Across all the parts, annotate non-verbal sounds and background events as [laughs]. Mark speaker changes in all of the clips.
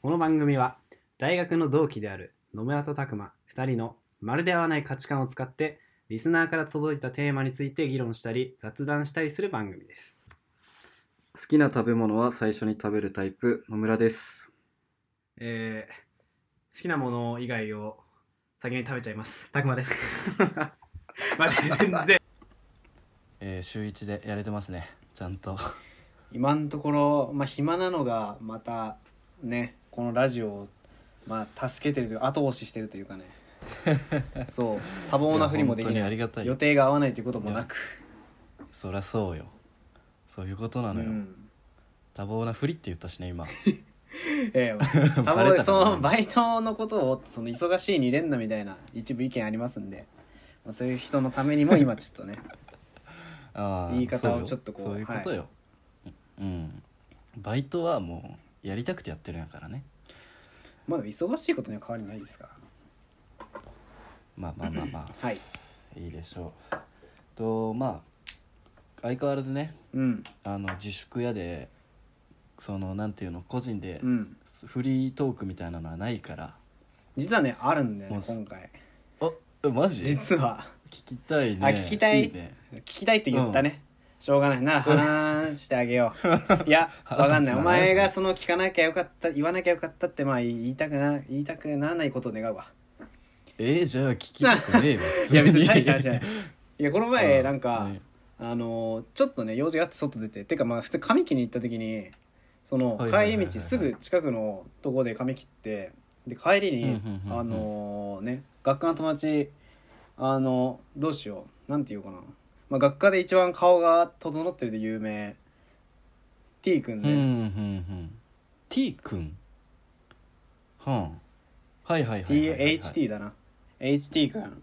Speaker 1: この番組は大学の同期である野村と拓磨2人のまるで合わない価値観を使ってリスナーから届いたテーマについて議論したり雑談したりする番組です
Speaker 2: 好きな食べ物は最初に食べるタイプ野村です
Speaker 1: えー、好きなもの以外を先に食べちゃいます拓磨です [laughs] まあ全然
Speaker 2: えー、週一でやれてますねちゃんと
Speaker 1: 今のところ、まあ、暇なのがまたねこのラジオを、まあ、助けてるという後押ししてるという [laughs] かねそう多忙なふりもでき
Speaker 2: いや本当に
Speaker 1: な
Speaker 2: あり
Speaker 1: い
Speaker 2: がたい
Speaker 1: 予定が合わないということもなく
Speaker 2: そりゃそうよそういうことなのよ、
Speaker 1: うん
Speaker 2: 多忙なふりって言ったしね今
Speaker 1: ええ [laughs]
Speaker 2: [laughs]
Speaker 1: 多
Speaker 2: バ
Speaker 1: 忙
Speaker 2: レたか
Speaker 1: で
Speaker 2: な
Speaker 1: そのバイトのことをその忙しい二連打みたいな一部意見ありますんで、まあ、そういう人のためにも今ちょっとね [laughs]
Speaker 2: あー
Speaker 1: 言い方を
Speaker 2: そうよ
Speaker 1: ちょっとこう
Speaker 2: そういうことよ、うんバイトはもうやりたくてやってるんやからね
Speaker 1: まだ忙しいことには変わりないですから
Speaker 2: まあまあまあま
Speaker 1: [laughs] はい
Speaker 2: あいいでしょうとまあ相変わらずね
Speaker 1: うん
Speaker 2: あの自粛屋でそのなんていうの個人で
Speaker 1: うん
Speaker 2: フリートークみたいなのはないから、
Speaker 1: 実はねあるんだよ
Speaker 2: も
Speaker 1: ね
Speaker 2: うす
Speaker 1: 今回
Speaker 2: あえマジ
Speaker 1: 実は
Speaker 2: 聞きたいね
Speaker 1: あ聞きたい
Speaker 2: ね
Speaker 1: 聞きたいって言ったね、しょうがないなら話してあげよ
Speaker 2: [laughs]
Speaker 1: ういやわかんないお前がその聞かなきゃよかった言わなきゃよかったってまあ言いたくな言いたくならないことを願うわ
Speaker 2: えー、じゃあ聞きたくねえわ
Speaker 1: [laughs]
Speaker 2: 普
Speaker 1: いや別に大した話じゃないいいやこの前
Speaker 2: う
Speaker 1: なんか、
Speaker 2: ね
Speaker 1: あのちょっとね用事があって外出ててかまあ普通髪切りに行った時にその
Speaker 2: はいはいはい
Speaker 1: 帰
Speaker 2: はい
Speaker 1: り道すぐ近くのとこで髪切ってで帰りに
Speaker 2: うんうんうんうん
Speaker 1: あのね学科の友達あのどうしようなんていうかな、まあ、学科で一番顔が整ってるで有名 T 君
Speaker 2: うんうんう
Speaker 1: で
Speaker 2: ん T 君はんはいはいはいはいはい
Speaker 1: THT だな HT 君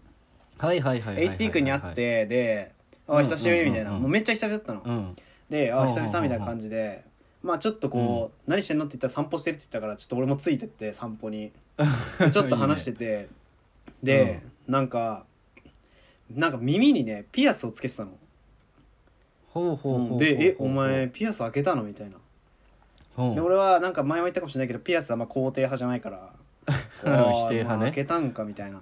Speaker 2: はいはいはいはいはいはい
Speaker 1: HT 君に会ってで「
Speaker 2: うん
Speaker 1: あ久しぶり」みたいな
Speaker 2: うんうんうん
Speaker 1: もうめっちゃ久々だったの
Speaker 2: うん
Speaker 1: で「
Speaker 2: う
Speaker 1: あ
Speaker 2: んうん
Speaker 1: 久々」みたいな感じで、まあちょっとこう「何してんの?」って言ったら散歩してるって言ったからちょっと俺もついてって散歩
Speaker 2: [laughs]
Speaker 1: にでちょっと話しててで、なんかなんか耳にねピアスをつけてたの
Speaker 2: ほうほうほうほう
Speaker 1: で「えお前ピアス開けたの?」みたいな
Speaker 2: ほう
Speaker 1: で俺はなんか前も言ったかもしれないけどピアスはまあ肯定派じゃないから「
Speaker 2: [laughs] うん
Speaker 1: あー
Speaker 2: 否定派ね
Speaker 1: まあ開けたんか」みたいな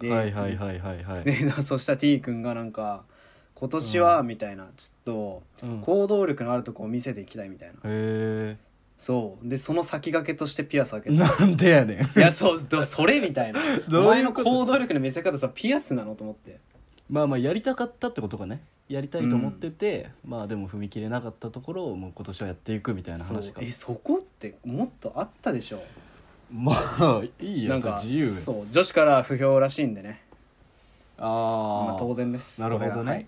Speaker 1: で
Speaker 2: はいはいはいはいはい
Speaker 1: で [laughs] なそしたら T 君がなんか「今年は」みたいな、ちょっ
Speaker 2: うん
Speaker 1: と
Speaker 2: へ
Speaker 1: 行動力のあるとこを見せていきたいみたいな
Speaker 2: え
Speaker 1: そうでその先駆けとしてピアス開けた
Speaker 2: なんでやねん
Speaker 1: いやそうどそれみたいな
Speaker 2: [laughs] どう
Speaker 1: お
Speaker 2: い
Speaker 1: 前
Speaker 2: う
Speaker 1: の
Speaker 2: こと
Speaker 1: 行動力の見せ方さピアスなのと思って
Speaker 2: まあまあやりたかったってことかねやりたいと思ってて、まあでも踏み切れなかったところをもう今年はやっていくみたいな
Speaker 1: そう
Speaker 2: 話か
Speaker 1: えそこってもっとあったでしょ
Speaker 2: まあいい
Speaker 1: な
Speaker 2: や
Speaker 1: ん
Speaker 2: それ
Speaker 1: か
Speaker 2: 自由や
Speaker 1: そう女子から不評らしいんでねま
Speaker 2: あ
Speaker 1: あ
Speaker 2: あ、
Speaker 1: 当然です
Speaker 2: なるほ
Speaker 1: こ
Speaker 2: どね
Speaker 1: れがはい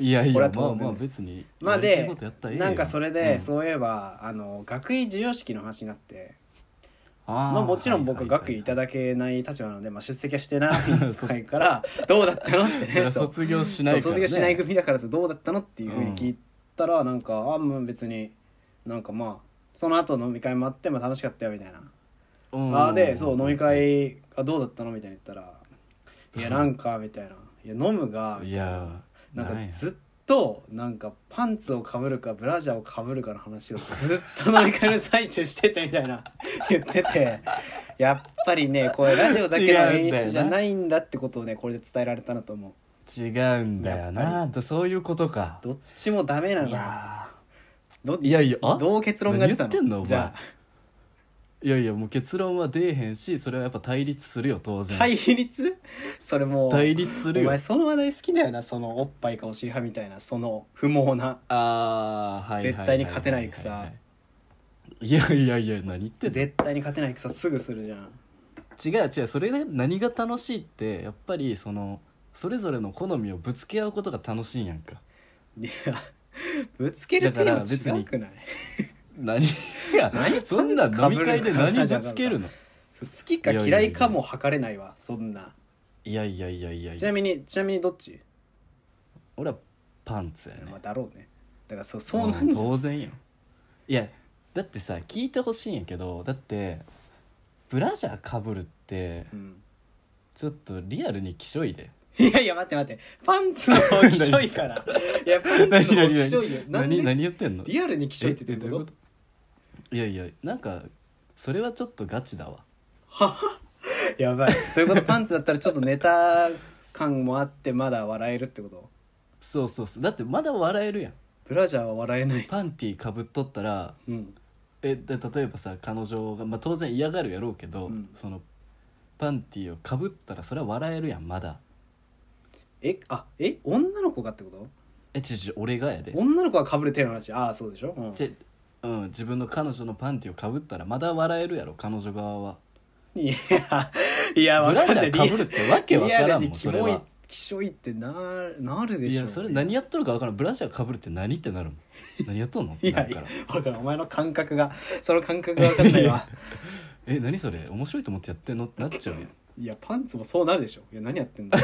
Speaker 2: いやい
Speaker 1: これ
Speaker 2: や
Speaker 1: は当然
Speaker 2: まあまあ
Speaker 1: です
Speaker 2: 別に
Speaker 1: まあ
Speaker 2: やりたい
Speaker 1: で
Speaker 2: ことやったらええよ
Speaker 1: なんかそれで、
Speaker 2: うん
Speaker 1: そういえばあの学位授与式の話になって
Speaker 2: あー
Speaker 1: まあ、もちろん僕
Speaker 2: はいはいはい
Speaker 1: 学位いただけない立場なので、まあ、出席はしてない
Speaker 2: [laughs] そう
Speaker 1: 回からどうだったのって
Speaker 2: [laughs] それ
Speaker 1: ね
Speaker 2: は
Speaker 1: そう
Speaker 2: 卒業しない
Speaker 1: そ
Speaker 2: か
Speaker 1: う
Speaker 2: ら、
Speaker 1: 卒
Speaker 2: ね、
Speaker 1: 業しない組だからどうだったのっていうふうに聞いたら、なんかあまあ別になんかまあその後飲み会もあって、まあ、楽しかったよみたいな、
Speaker 2: うん
Speaker 1: あーでそう飲み会がどうだったのみたいに言ったら「いやなんか」みたいな「いや飲むが」
Speaker 2: いやー
Speaker 1: なんか
Speaker 2: なんや
Speaker 1: ずっとなんかパンツをかぶるかブラジャーをかぶるかの話をずっと飲み会の最中してたみたい
Speaker 2: [laughs]
Speaker 1: な言っててやっぱりねこれラジオだけの
Speaker 2: 違うん
Speaker 1: 演
Speaker 2: だよな
Speaker 1: 出じゃないんだってことをねこれで伝えられたなと思う
Speaker 2: 違うんだよ
Speaker 1: や
Speaker 2: なとそういうことか
Speaker 1: どっちもダメなん
Speaker 2: い
Speaker 1: だ
Speaker 2: や
Speaker 1: ど
Speaker 2: ーいやいやあ
Speaker 1: どう結論が
Speaker 2: 何
Speaker 1: 出
Speaker 2: 言
Speaker 1: たの
Speaker 2: ってんのお
Speaker 1: じ
Speaker 2: 前
Speaker 1: ゃ
Speaker 2: いやいやもう結論は出えへんしそれはやっぱ対立するよ当
Speaker 1: あ
Speaker 2: 然、
Speaker 1: 対立それもう
Speaker 2: 対立する
Speaker 1: お
Speaker 2: よ
Speaker 1: 前その話題好きだよなそのおっぱいかお尻派みたいなその不毛な
Speaker 2: あーはいはいはいはいはい
Speaker 1: 絶対に勝てない草
Speaker 2: いやいやいや何言ってんの
Speaker 1: 絶対に勝てない草すぐするじゃん
Speaker 2: 違う違うそれが何が楽しいってやっぱりそのそれぞれの好みをぶつけ合うことが楽しいんやんか
Speaker 1: いやぶつける手も
Speaker 2: だから別に
Speaker 1: 違くない
Speaker 2: 何が
Speaker 1: [laughs] 何
Speaker 2: そんな飲み会で何
Speaker 1: 被る
Speaker 2: ぶつけるの
Speaker 1: 好きか嫌いかも測れないわそんない
Speaker 2: やいやいやいやい
Speaker 1: ちな
Speaker 2: や
Speaker 1: みにちなみにどっち、
Speaker 2: 俺はパンツやね
Speaker 1: まあ、だろうねだからそうそうなん
Speaker 2: うん
Speaker 1: じゃん
Speaker 2: 当然よいやだってさ聞いてほしいんやけどだってブラジャーかぶるって
Speaker 1: うん [laughs]
Speaker 2: ちょっとリアルにきしょいで
Speaker 1: いやいや待って待ってパンツの方がきしょい
Speaker 2: [laughs]
Speaker 1: からいやパンツの方がきしょいよなん
Speaker 2: 何
Speaker 1: で
Speaker 2: 何言ってんの
Speaker 1: リアルにきしょいって言ってん
Speaker 2: え
Speaker 1: の
Speaker 2: どういうこといやいやなんかそれはちょっとガチだわ
Speaker 1: やばいということパンツだったらちょっとネタ感もあってまだ笑えるってこと
Speaker 2: そうそうそうだってまだ笑えるやん
Speaker 1: ブラジャーは笑えない
Speaker 2: パンティーかぶっとったら
Speaker 1: うん
Speaker 2: えで例えばさ彼女が、まあ、当然嫌がるやろうけど、
Speaker 1: うん
Speaker 2: そのパンティーをかぶったらそれは笑えるやんまだ
Speaker 1: えあえ女の子がってこと
Speaker 2: えちち俺がやで
Speaker 1: 女の子がかぶる手の話ああそうでしょ、うん
Speaker 2: ちうん、自分の彼女のパンティーをかぶったらまだ笑えるやろ彼女側は、
Speaker 1: いやいや
Speaker 2: ブ
Speaker 1: わ
Speaker 2: ラ
Speaker 1: かん
Speaker 2: ジ
Speaker 1: な
Speaker 2: ャ
Speaker 1: い
Speaker 2: ーかぶるってわけわからんもんそれ
Speaker 1: リアルにキモい
Speaker 2: は
Speaker 1: キショいってななるでしょ
Speaker 2: いやそれ何やっとるかわからんブラジャーかぶるって何ってなるもん何やっとんのってなるから
Speaker 1: わからんお前の感覚がその感覚が分かんない
Speaker 2: [laughs]
Speaker 1: わ
Speaker 2: え何それ面白いと思ってやってんのってなっちゃうやん
Speaker 1: いやパンツもそうなるでしょいや何やってん
Speaker 2: [laughs]
Speaker 1: だ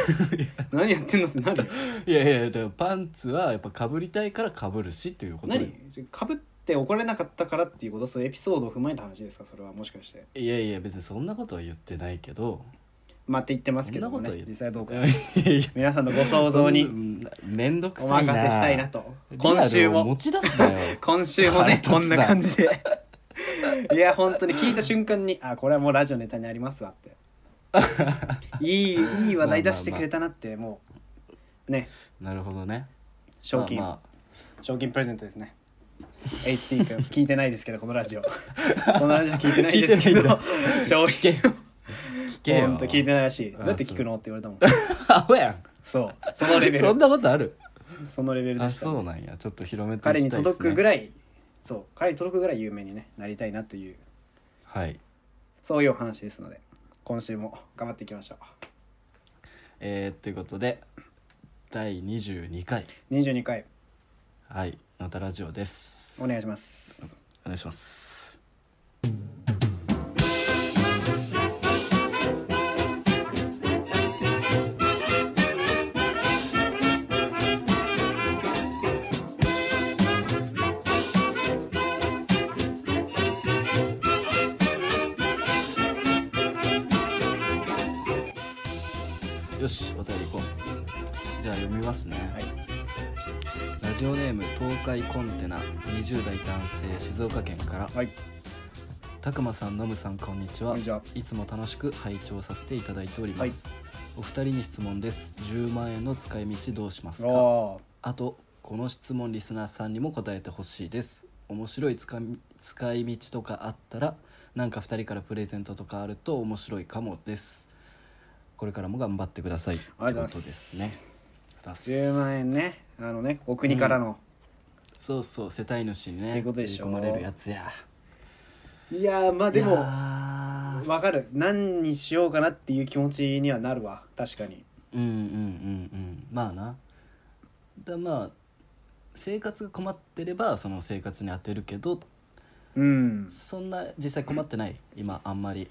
Speaker 1: 何やってんのってなるよ
Speaker 2: いやいやいやだからパンツはやっぱかぶりたいからかぶるしっていうことよ
Speaker 1: 何かぶって怒られなかったからっていうことそのエピソードを踏まえた話ですかそれはもしかして
Speaker 2: いやいや別にそんなことは言ってないけど
Speaker 1: まあって言ってますけども
Speaker 2: そんな
Speaker 1: ね
Speaker 2: ことは言う
Speaker 1: 実際どう
Speaker 2: い
Speaker 1: か
Speaker 2: やいやいや
Speaker 1: 皆さんのご想像
Speaker 2: そ
Speaker 1: に
Speaker 2: んなめんどく
Speaker 1: お
Speaker 2: さい
Speaker 1: 任
Speaker 2: な
Speaker 1: せしたいなと今
Speaker 2: リ
Speaker 1: 週
Speaker 2: アルを
Speaker 1: も
Speaker 2: 持ち出すなよ
Speaker 1: 今週も
Speaker 2: 腹
Speaker 1: ね
Speaker 2: 立つな
Speaker 1: こんな感じで [laughs] いや本当に聞いた瞬間にあこれはもうラジオネタにありますわ
Speaker 2: [laughs]
Speaker 1: っていいいい話題出してくれたなってもうね
Speaker 2: なるほどね
Speaker 1: 賞金、
Speaker 2: まあまあ
Speaker 1: 賞金プレゼントですね HT 君聞いてないですけどこのラジオ [laughs] このラジオ聞いてないですけ
Speaker 2: 聞いて
Speaker 1: ど賞
Speaker 2: 聞け
Speaker 1: 金
Speaker 2: よ聞けよ
Speaker 1: ほんと聞いてないらしいど
Speaker 2: あー
Speaker 1: うやって聞くのって言われたもん
Speaker 2: アホやん
Speaker 1: そうそのレベル
Speaker 2: そんなことある
Speaker 1: そのレベルで
Speaker 2: あ
Speaker 1: した
Speaker 2: そうなんやちょっと広めていきたい
Speaker 1: 彼に届くぐ
Speaker 2: い
Speaker 1: らいそう彼に届くぐらい有名に、ね、なりたいなという
Speaker 2: はい
Speaker 1: そういうお話ですので今週も頑張っていきましょ
Speaker 2: えー、ということで第22回
Speaker 1: う22回
Speaker 2: はいのたラジオです
Speaker 1: お願いします
Speaker 2: お願いしますよしお便り行こうじゃあ読みますね、
Speaker 1: はい
Speaker 2: ラジオネーム東海コンテナ20代男性静岡県から
Speaker 1: はい
Speaker 2: たくまさんのむさんこんにちは
Speaker 1: こんにちはい
Speaker 2: つも楽しく拝聴させていただいております、お二人に質問です10万円の使い道どうしますか
Speaker 1: お
Speaker 2: あとこの質問リスナーさんにも答えてほしいです面白い使い使い道とかあったらなんか二人からプレゼントとかあると面白いかもですこれからも頑張ってくださいって
Speaker 1: ありがとう
Speaker 2: こ
Speaker 1: ござい
Speaker 2: と
Speaker 1: ます
Speaker 2: ですね
Speaker 1: 10万円ねあのねお国からの、
Speaker 2: そうそう世帯主に
Speaker 1: ってい
Speaker 2: ね
Speaker 1: うことでしょ
Speaker 2: 込まれるやつや
Speaker 1: いやーまあで
Speaker 2: い
Speaker 1: も
Speaker 2: やー
Speaker 1: わかる何にしようかなっていう気持ちにはなるわ確かに
Speaker 2: うんうんうんうんまあなだまあ生活が困ってればその生活に当てるけど
Speaker 1: うん
Speaker 2: そんな実際困ってない今あんまり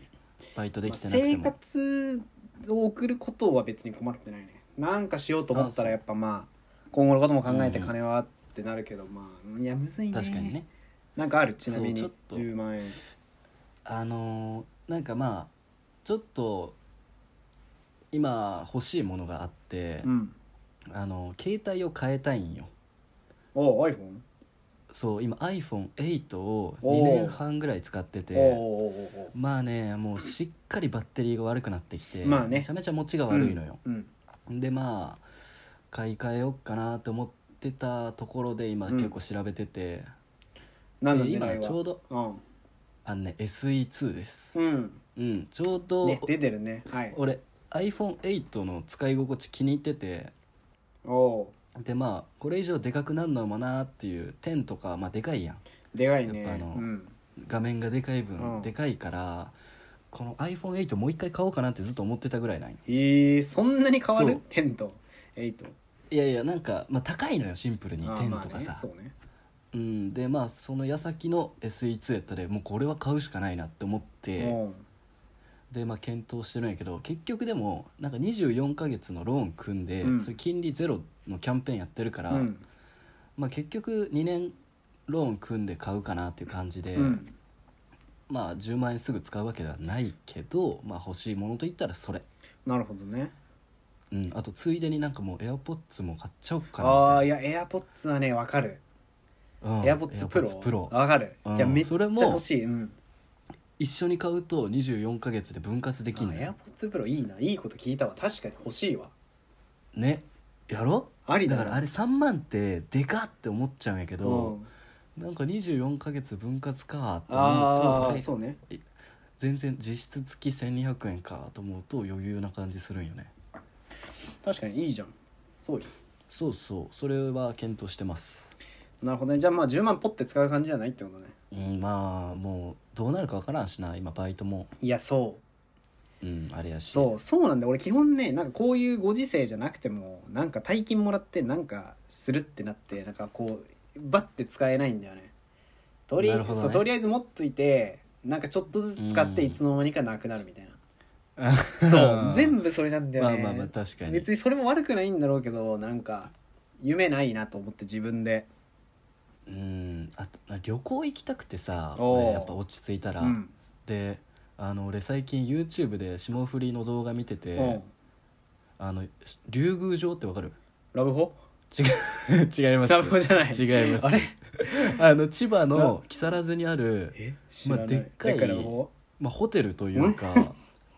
Speaker 2: バイトできてなくて
Speaker 1: 生
Speaker 2: も、
Speaker 1: 活を送ることは別に困ってないねなんかしようと思った
Speaker 2: あそ
Speaker 1: ら
Speaker 2: う
Speaker 1: やっぱまあ今後のことも考えて
Speaker 2: うん
Speaker 1: 金はってなるけど、まあいやむずいね
Speaker 2: 確かにね
Speaker 1: なんかあるちなみに
Speaker 2: そうちょっと
Speaker 1: 10万円
Speaker 2: あのーなんかまあちょっと今欲しいものがあって
Speaker 1: う、ん
Speaker 2: あの携帯を変えたいんよ
Speaker 1: おう iPhone?
Speaker 2: そう今 iPhone8 を
Speaker 1: おー
Speaker 2: 2年半ぐらい使ってて
Speaker 1: おうおうおうおう
Speaker 2: まあねもうしっかりバッテリーが悪くなってきて、
Speaker 1: まあね
Speaker 2: めちゃめちゃ持ちが悪いのよ、
Speaker 1: うん
Speaker 2: でまあ買い替えようかなと思ってたところで今
Speaker 1: うん
Speaker 2: 結構調べてて、
Speaker 1: 何の
Speaker 2: で
Speaker 1: 狙
Speaker 2: 今
Speaker 1: い
Speaker 2: ちょ
Speaker 1: は
Speaker 2: うど
Speaker 1: うん、
Speaker 2: あのね SE2 です、
Speaker 1: うん
Speaker 2: うん、ちょうど、
Speaker 1: ね、出てるねはい
Speaker 2: 俺 iPhone8 の使い心地気に入ってて
Speaker 1: おお
Speaker 2: でまあこれ以上でかくなるのもなーっていう点とかまあでかいやん
Speaker 1: うでかいね
Speaker 2: やっぱあの
Speaker 1: うん、
Speaker 2: 画面がでかいう分
Speaker 1: ん
Speaker 2: でかいから、この iPhone8 もう一回買おうかなってずっと思ってたぐらいなんよ
Speaker 1: えー、そんなに変わ
Speaker 2: そ
Speaker 1: る
Speaker 2: う
Speaker 1: テント8
Speaker 2: いやいやなんか、まあ、高いのよシンプルに
Speaker 1: あー
Speaker 2: 点
Speaker 1: まあ
Speaker 2: とかさ、
Speaker 1: ね、そうね
Speaker 2: うん、でまあその矢先の SE2 やったでもうこれは買うしかないなって思って
Speaker 1: うん
Speaker 2: でまあ検討してるんやけど結局でもなんか24ヶ月のローン組んで、
Speaker 1: うん
Speaker 2: それ金利ゼロのキャンペーンやってるから、
Speaker 1: うん
Speaker 2: まあ、結局2年ローン組んで買うかなっていう感じで、
Speaker 1: うん
Speaker 2: まあ10万円すぐ使うわけではないけど、まあ、欲しいものといったらそれ、
Speaker 1: なるほどね
Speaker 2: うん、あとついでになんかもう AirPods も買っちゃおうか
Speaker 1: あ
Speaker 2: な
Speaker 1: あーい
Speaker 2: み
Speaker 1: やエアポッツはねわかる
Speaker 2: たいなうん
Speaker 1: エアポッツプ
Speaker 2: AirPods
Speaker 1: ロわかる
Speaker 2: うん
Speaker 1: いやめっち
Speaker 2: それも
Speaker 1: ゃ欲しいうん
Speaker 2: 一緒に買うと24ヶ月で分割できん
Speaker 1: エア
Speaker 2: の
Speaker 1: ポッツプロいいないいこと聞いたわ確かに欲しいわ
Speaker 2: ねやろ
Speaker 1: あり
Speaker 2: だ
Speaker 1: だな
Speaker 2: からあれ3万ってでかって思っちゃうんやけ
Speaker 1: う
Speaker 2: ど、
Speaker 1: ん
Speaker 2: なんか24ヶ月分割かって思うと
Speaker 1: あ
Speaker 2: あ
Speaker 1: あ
Speaker 2: れ
Speaker 1: そうね
Speaker 2: 全然実質月1200円かと思うと余裕な感じするんよね
Speaker 1: 確かにいいじゃんそうよ
Speaker 2: そうそうそれは検討してます
Speaker 1: なるほどねじゃあまあ10万ポッて使う感じじゃないってことね
Speaker 2: うんまあもうどうなるかわからんしな今バイトも
Speaker 1: いやそう
Speaker 2: うんあれやし
Speaker 1: そうそうなんで俺基本ねなんかこういうご時世じゃなくてもなんか大金もらってなんかするってなってなんかこうバッて使えないんだよねとり
Speaker 2: なるほどね
Speaker 1: そうとりあえず持っといてなんかちょっとずつ使って
Speaker 2: うん
Speaker 1: いつの間にかなくなるみたいな、
Speaker 2: [laughs] あ
Speaker 1: そう全部それなんだよ
Speaker 2: まあ
Speaker 1: ね、
Speaker 2: まあまあ確かに
Speaker 1: 別にそれも悪くないんだろうけどなんか夢ないなと思って自分で
Speaker 2: うんあとな旅行行きたくてさ
Speaker 1: おー
Speaker 2: 俺やっぱ落ち着いたら、
Speaker 1: うん
Speaker 2: であの俺最近 YouTube で霜降りの動画見て
Speaker 1: う
Speaker 2: て
Speaker 1: ん
Speaker 2: あのし竜宮城ってわかる
Speaker 1: ラブホ
Speaker 2: 違う [laughs] 違います
Speaker 1: ラブホじゃない
Speaker 2: 違います
Speaker 1: あれ
Speaker 2: あの千葉の木更津にある、
Speaker 1: え知
Speaker 2: ま
Speaker 1: ら
Speaker 2: あ
Speaker 1: ない、
Speaker 2: でっかい
Speaker 1: ラブホ
Speaker 2: まあ、ホテルというか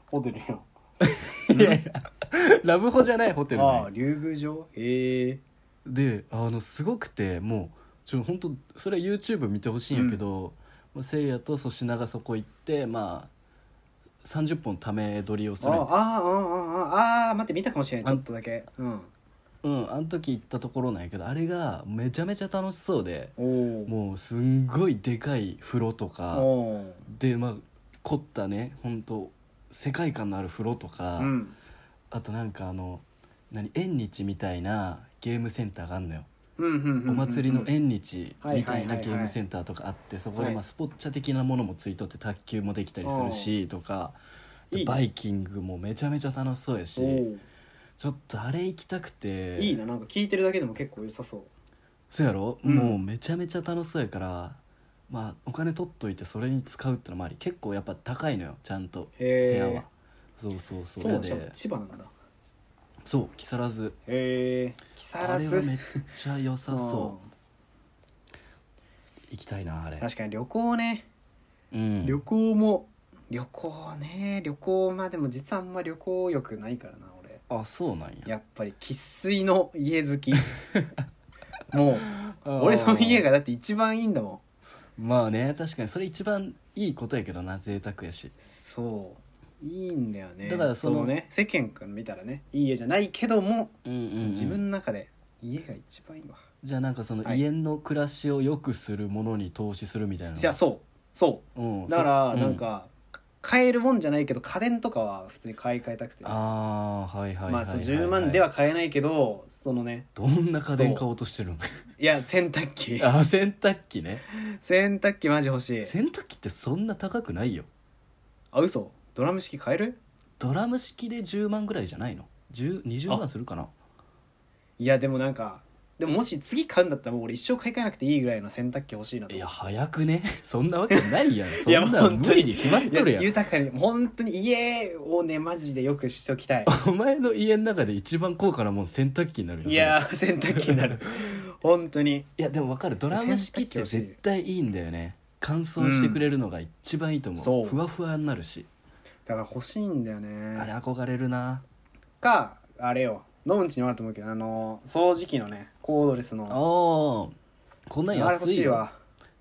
Speaker 1: ホテルよ
Speaker 2: いやいやラブホじゃないホテルね
Speaker 1: ああ竜宮城へえ
Speaker 2: であのすごくてもうちょ本当それは YouTube 見てほしいんやけど、まあ、せいやと粗品がそこ行ってまあ30本ため撮りをす
Speaker 1: あ
Speaker 2: る
Speaker 1: あああああああ待って見たかもしれないちょっとだけうん
Speaker 2: うんあの時行ったところなんやけどあれがめちゃめちゃ楽しそうで
Speaker 1: おお
Speaker 2: もうすんごいでかい風呂と
Speaker 1: お
Speaker 2: か
Speaker 1: お
Speaker 2: でまあ凝ったね本当世界観のある風呂とか、
Speaker 1: ーうん
Speaker 2: あとなんかあの何縁日みたいなゲームセンターがあんのよ
Speaker 1: うんうんうんうん
Speaker 2: お祭りの縁日みた
Speaker 1: はいはいは
Speaker 2: いな
Speaker 1: いはい
Speaker 2: ゲームセンターとかあってそこで
Speaker 1: はい
Speaker 2: まあスポッチャ的なものもついとって卓球もできたりするしとかで
Speaker 1: いいね
Speaker 2: バイキングもめちゃめちゃ楽しそうや
Speaker 1: お
Speaker 2: し
Speaker 1: ー
Speaker 2: ちょっとあれ行きたくて
Speaker 1: いいななんか聞いてるだけでも結構良さそう
Speaker 2: そうやろ
Speaker 1: うん
Speaker 2: もうめちゃめちゃ楽しそうやからまあお金取っといてそれに使うってのもあり結構やっぱ高いのよちゃんと部
Speaker 1: へえ
Speaker 2: 屋はそうそうそう
Speaker 1: そう
Speaker 2: や
Speaker 1: なんだ
Speaker 2: で
Speaker 1: 千葉なんだ
Speaker 2: そう木更津
Speaker 1: へえ木
Speaker 2: あ
Speaker 1: 更
Speaker 2: れ
Speaker 1: 津
Speaker 2: はめっちゃ良さそ
Speaker 1: [laughs] うん
Speaker 2: う行きたいなあれ
Speaker 1: 確かに旅行ね
Speaker 2: うん
Speaker 1: 旅行も旅行ね旅行まあでも実はあんま旅行欲ないからな俺
Speaker 2: あそうなんや
Speaker 1: やっぱり生粋の家好
Speaker 2: [laughs]
Speaker 1: きもう俺の家がだって一番いいんだもん
Speaker 2: まあね確かにそれ一番いいことやけどな贅沢やし
Speaker 1: そういいんだよね
Speaker 2: だからその
Speaker 1: ね世間から見たらねいい家じゃないけども、
Speaker 2: うんうん、
Speaker 1: 自分の中で家が一番いいわ、
Speaker 2: じゃあなんかその
Speaker 1: はい
Speaker 2: 家の暮らしを良くするものに投資するみたいなの
Speaker 1: いやそうそ
Speaker 2: うん
Speaker 1: うだから
Speaker 2: そ
Speaker 1: なんか、買えるもんじゃないけど家電とかは普通に買い替えたくて
Speaker 2: うんああはいはいはい
Speaker 1: ま
Speaker 2: は
Speaker 1: あ
Speaker 2: い、
Speaker 1: そ
Speaker 2: は
Speaker 1: う
Speaker 2: い、
Speaker 1: 10万では買えないけどそのね
Speaker 2: どんな家電買おうとしてるの
Speaker 1: いや洗濯機
Speaker 2: あー洗濯機ね
Speaker 1: 洗濯機マジ欲しい
Speaker 2: 洗濯機ってそんな高くないよ
Speaker 1: あ嘘ドラム式買える
Speaker 2: ドラム式で10万ぐらいじゃないの10 20万するかない
Speaker 1: やでもなんかでももし次買うんだったらもう俺一生買い替えなくていいぐらいの洗濯機欲しいなと
Speaker 2: い
Speaker 1: 思
Speaker 2: や
Speaker 1: う
Speaker 2: 早くね [laughs] そんなわけないやん
Speaker 1: [laughs]
Speaker 2: そ
Speaker 1: いや
Speaker 2: んなん
Speaker 1: 本当
Speaker 2: 無
Speaker 1: に
Speaker 2: 理に決まっとるや
Speaker 1: い
Speaker 2: ん
Speaker 1: 豊かに本当に家をねマジでよくしとき
Speaker 2: [laughs]
Speaker 1: たい
Speaker 2: お前の家の中で一番高価なもん洗濯機になるよ
Speaker 1: い
Speaker 2: それ
Speaker 1: やー洗濯機に
Speaker 2: [laughs]
Speaker 1: なる本当に
Speaker 2: いやでも分かるドラム式って絶対いいんだよね乾燥してくれるのが一番いいと思う、
Speaker 1: うんそう
Speaker 2: ふわふわになるし、
Speaker 1: だから欲しいんだよ
Speaker 2: あれ
Speaker 1: ね
Speaker 2: 憧れるな
Speaker 1: かあれよ飲むんちにもあると思うけどあの掃除機のねコードレスの
Speaker 2: あーこんなん
Speaker 1: あれ
Speaker 2: 安
Speaker 1: 欲
Speaker 2: い
Speaker 1: しい
Speaker 2: よ
Speaker 1: わ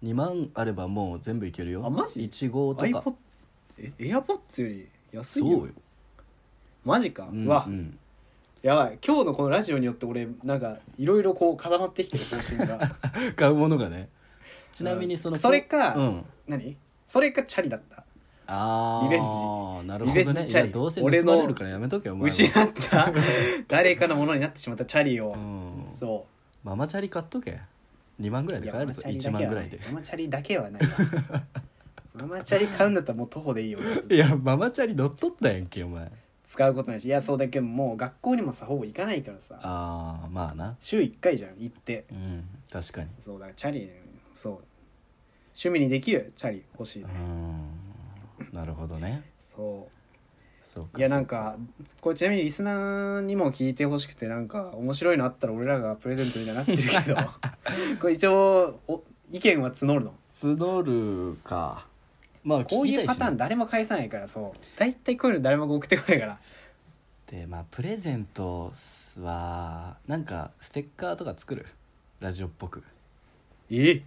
Speaker 2: 2万あればもう全部いけるよ
Speaker 1: あマジ
Speaker 2: 1号とか
Speaker 1: iPod えエアポッツより安い
Speaker 2: そ
Speaker 1: よ
Speaker 2: うよ、
Speaker 1: マジか、
Speaker 2: う
Speaker 1: うん
Speaker 2: う
Speaker 1: わ
Speaker 2: ん、
Speaker 1: やばい今日のこのラジオによって俺なんかいろいろこう固まってきてる方針が
Speaker 2: 買うものがね [laughs] ちなみにその、
Speaker 1: それか、
Speaker 2: うん
Speaker 1: 何それかチャリだった
Speaker 2: ああ
Speaker 1: リベン
Speaker 2: なるほど
Speaker 1: リベン
Speaker 2: ね
Speaker 1: ジ
Speaker 2: い
Speaker 1: チャリ
Speaker 2: やどうせ盗ま
Speaker 1: 俺の
Speaker 2: れるからやめとけよお前は
Speaker 1: 失った [laughs] 誰かのものになってしまったチャリを、
Speaker 2: うん、
Speaker 1: そ
Speaker 2: ママチャリ買っとけ2万ぐら
Speaker 1: う
Speaker 2: い
Speaker 1: い
Speaker 2: で
Speaker 1: や
Speaker 2: 買えるぞ1万ぐらいで
Speaker 1: ママチャリだけはないママチャリだけはないわママチャリ買うんだったらもう徒歩でいいよ
Speaker 2: いやママチャリ乗っとったやんけお前
Speaker 1: 使うことないしいやそうだけどもう学校にもさほぼ行かないからさ
Speaker 2: ああまあな
Speaker 1: 週1回じゃん行って
Speaker 2: うん確かに
Speaker 1: そうだからチャリそう趣味にできるチャリ欲しいうね、
Speaker 2: んなるほどね
Speaker 1: そう
Speaker 2: そうか
Speaker 1: いや
Speaker 2: そう
Speaker 1: なんかこれちなみにリスナーにも聞いてほしくてなんか面白いのあったら俺らがプレゼントみたいになってる [laughs] けどこれ一応お意見は募るの
Speaker 2: 募るかまあ聞き
Speaker 1: こうい
Speaker 2: た
Speaker 1: う
Speaker 2: い
Speaker 1: パ
Speaker 2: し
Speaker 1: ター
Speaker 2: ね
Speaker 1: ン誰も返さないからそう大体こういうの誰も送ってこないから
Speaker 2: でまあプレゼントはなんかステッカーとか作るラジオっぽく
Speaker 1: え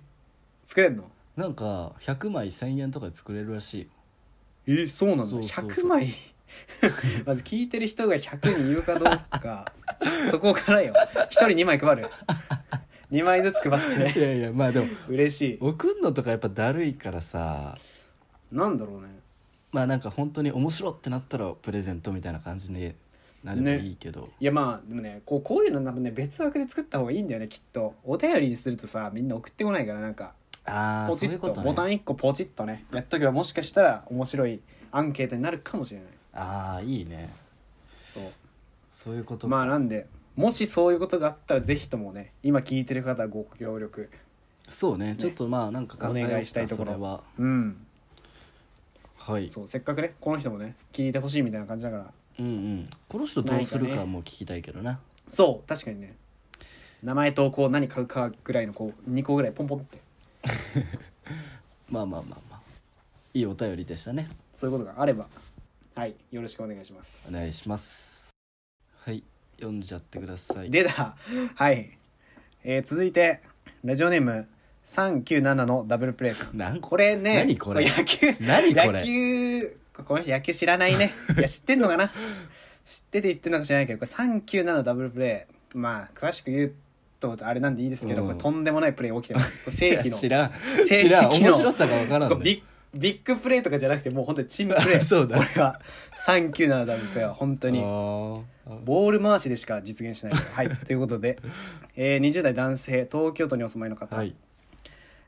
Speaker 1: 作れんの
Speaker 2: なんか100枚1000円とかで作れるらしいよ
Speaker 1: えそうなんだ
Speaker 2: そうそうそう
Speaker 1: 100枚 [laughs] まず聞いてる人が100人いるかどう
Speaker 2: [laughs]
Speaker 1: かそこからよ1人2枚配る2枚ずつ配ってね
Speaker 2: いやいやまあでも
Speaker 1: 嬉しい
Speaker 2: 送んのとかやっぱだるいからさ
Speaker 1: なんだろうね
Speaker 2: まあなんか本当に面白ってなったらプレゼントみたいな感じになれば
Speaker 1: ね
Speaker 2: いいけど、
Speaker 1: いやまあでもねこうこういうの多分ね別枠で作った方がいいんだよねきっとお便りにするとさみんな送ってこないからなんか
Speaker 2: ああ
Speaker 1: ポ
Speaker 2: そ
Speaker 1: チ
Speaker 2: うい
Speaker 1: ッ
Speaker 2: う
Speaker 1: と
Speaker 2: こと
Speaker 1: ボタン
Speaker 2: ね
Speaker 1: 1個ポチッとねやっとけばもしかしたら面白いアンケートになるかもしれない
Speaker 2: ああいいね
Speaker 1: そう
Speaker 2: そういうことか、
Speaker 1: まあなんでもしそういうことがあったらぜひともね今聞いてる方はご協力
Speaker 2: そうねちょっとまあなんか考えよう
Speaker 1: お願いしたい
Speaker 2: か
Speaker 1: とこ
Speaker 2: そ
Speaker 1: ろ
Speaker 2: れは
Speaker 1: うん
Speaker 2: はい
Speaker 1: そうせっかくねこの人もね聞いてほしいみたいな感じだから
Speaker 2: うんうんこの人どうする
Speaker 1: 何か
Speaker 2: か
Speaker 1: ね
Speaker 2: も聞きたいけどな
Speaker 1: そう確かにね名前とこう何買うかぐらいのこう2個ぐらいポンポンって
Speaker 2: まあまあまあまあいいお便りでしたね
Speaker 1: そういうことがあればはいよろしくお願いします
Speaker 2: お願いしますはい読んじゃってください
Speaker 1: 出たはい、えー続いてラジオネーム397のダブルプレーさん
Speaker 2: なん
Speaker 1: これね
Speaker 2: 何これ
Speaker 1: 野球
Speaker 2: 何こ
Speaker 1: 野
Speaker 2: れ
Speaker 1: 球この人野球知らない
Speaker 2: [laughs]
Speaker 1: ねいや知ってんのかな知ってて言ってんのか知らないけどこれ397ダブルプレーまあ詳しく言うとあれなんでいいですけど、
Speaker 2: うん
Speaker 1: これとんでもないプレー起きて
Speaker 2: [laughs]
Speaker 1: ますこれ
Speaker 2: い
Speaker 1: 世
Speaker 2: や
Speaker 1: 紀の
Speaker 2: 知らん
Speaker 1: 正
Speaker 2: 知らん
Speaker 1: 規の
Speaker 2: 面白さがわからん
Speaker 1: これ
Speaker 2: ね
Speaker 1: ビッビッグプレーとかじゃなくてもう本当にチームプレー
Speaker 2: [laughs] そうだ
Speaker 1: これは397ダブルプレーは本当に
Speaker 2: あー
Speaker 1: ボール回しでしか実現しないから。
Speaker 2: [laughs]
Speaker 1: はい、ということで、えー、20代男性、東京都にお住まいの方。
Speaker 2: はい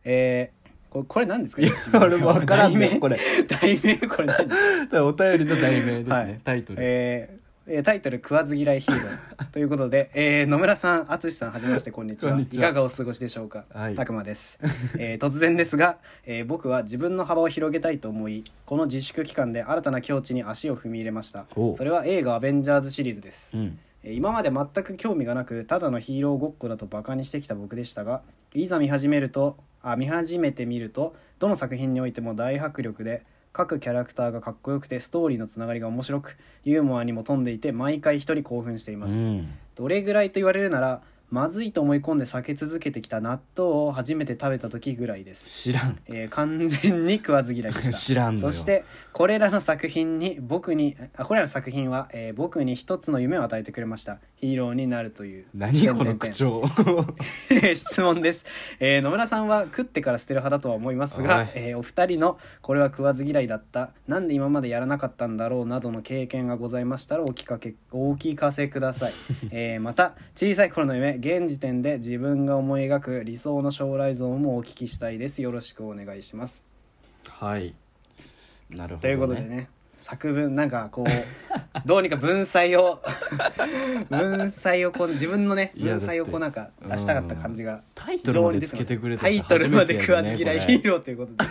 Speaker 1: えーこれこれ何ですか
Speaker 2: 俺もわからん
Speaker 1: 題
Speaker 2: ね
Speaker 1: 名
Speaker 2: これ
Speaker 1: [laughs] 題名これ何
Speaker 2: お便りの題名ですね、
Speaker 1: はい
Speaker 2: タイトル、
Speaker 1: えーえータイトル「食わず嫌いヒーロー」ということで、えー野村さん淳さんはじめましてこんにちは
Speaker 2: こんにちはい
Speaker 1: かがお過ごしでしょうか、
Speaker 2: はい
Speaker 1: たくまです、えー突然ですが、えー僕は自分の幅を広げたいと思いこの自粛期間で新たな境地に足を踏み入れました
Speaker 2: おう
Speaker 1: それは映画「アベンジャーズ」シリーズです
Speaker 2: うん
Speaker 1: えー今まで全く興味がなくただのヒーローごっこだとバカにしてきた僕でしたがいざ見始めるとあ見始めてみるとどの作品においても大迫力で各キャラクターがかっこよくてストーリーのつながりが面白くユーモアにも富んでいて毎回一人興奮しています、
Speaker 2: うん
Speaker 1: どれぐらいと言われるならまずいと思い込んで避け続けてきた納豆を初めて食べた時ぐらいです、
Speaker 2: 知らん
Speaker 1: えー完全に食わず嫌いでした
Speaker 2: 知らんのよ
Speaker 1: そしてこれらの作品に僕にあこれらの作品は、えー僕に一つの夢を与えてくれましたヒーローになるという
Speaker 2: 何この口調
Speaker 1: [laughs] 質問です、えー野村さんは食ってから捨てる派だとは思います
Speaker 2: おい
Speaker 1: が、えーお二人のこれは食わず嫌いだったなんで今までやらなかったんだろうなどの経験がございましたらお聞かけお聞かせくだ
Speaker 2: [laughs]
Speaker 1: さい、えーまた小さい頃の夢現時点で自分が思い描く理想の将来像もお聞きしたいですよろしくお願いします
Speaker 2: はいなるほど、ね、
Speaker 1: ということでね作文なんか
Speaker 2: [laughs]
Speaker 1: こうどうにか文才を [laughs] 文才をこう自分のね
Speaker 2: いや
Speaker 1: 文才をこうなんか出したかった感じが
Speaker 2: タイトルまでつけてくれた
Speaker 1: タイトルまで食わず嫌いヒー
Speaker 2: ー
Speaker 1: ローということで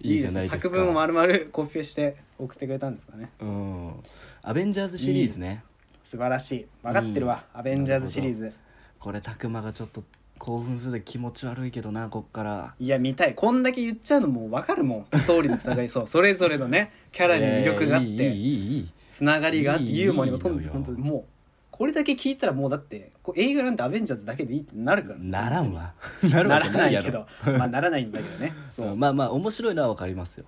Speaker 2: いいじゃないですか
Speaker 1: 作文を丸々コピペして送ってくれたんですかね
Speaker 2: うんアベンジャーズシリーズね
Speaker 1: 素晴らしい分かってるわ、
Speaker 2: うん
Speaker 1: アベンジャーズシリーズ
Speaker 2: これ拓磨がちょっと興奮するで気持ち悪いけどなこっから
Speaker 1: いや見たいこんだけ言っちゃうのもう分かるもんストーリーのつながりそうそれぞれのねキャラに魅力があって、
Speaker 2: いやいやいいいいいい
Speaker 1: つながりがあって
Speaker 2: いい
Speaker 1: ユーモアにもとん
Speaker 2: いい
Speaker 1: で
Speaker 2: のよ
Speaker 1: 本当にもうこれだけ聞いたらもうだってこう映画なんてアベンジャーズだけでいいってなるから
Speaker 2: ならんわなる
Speaker 1: [laughs] な
Speaker 2: わ
Speaker 1: ら
Speaker 2: け
Speaker 1: な
Speaker 2: ない
Speaker 1: い
Speaker 2: や
Speaker 1: けど [laughs]
Speaker 2: ろ
Speaker 1: まあならないんだけどねそう、
Speaker 2: うんまあまあ面白いのはわかりますよ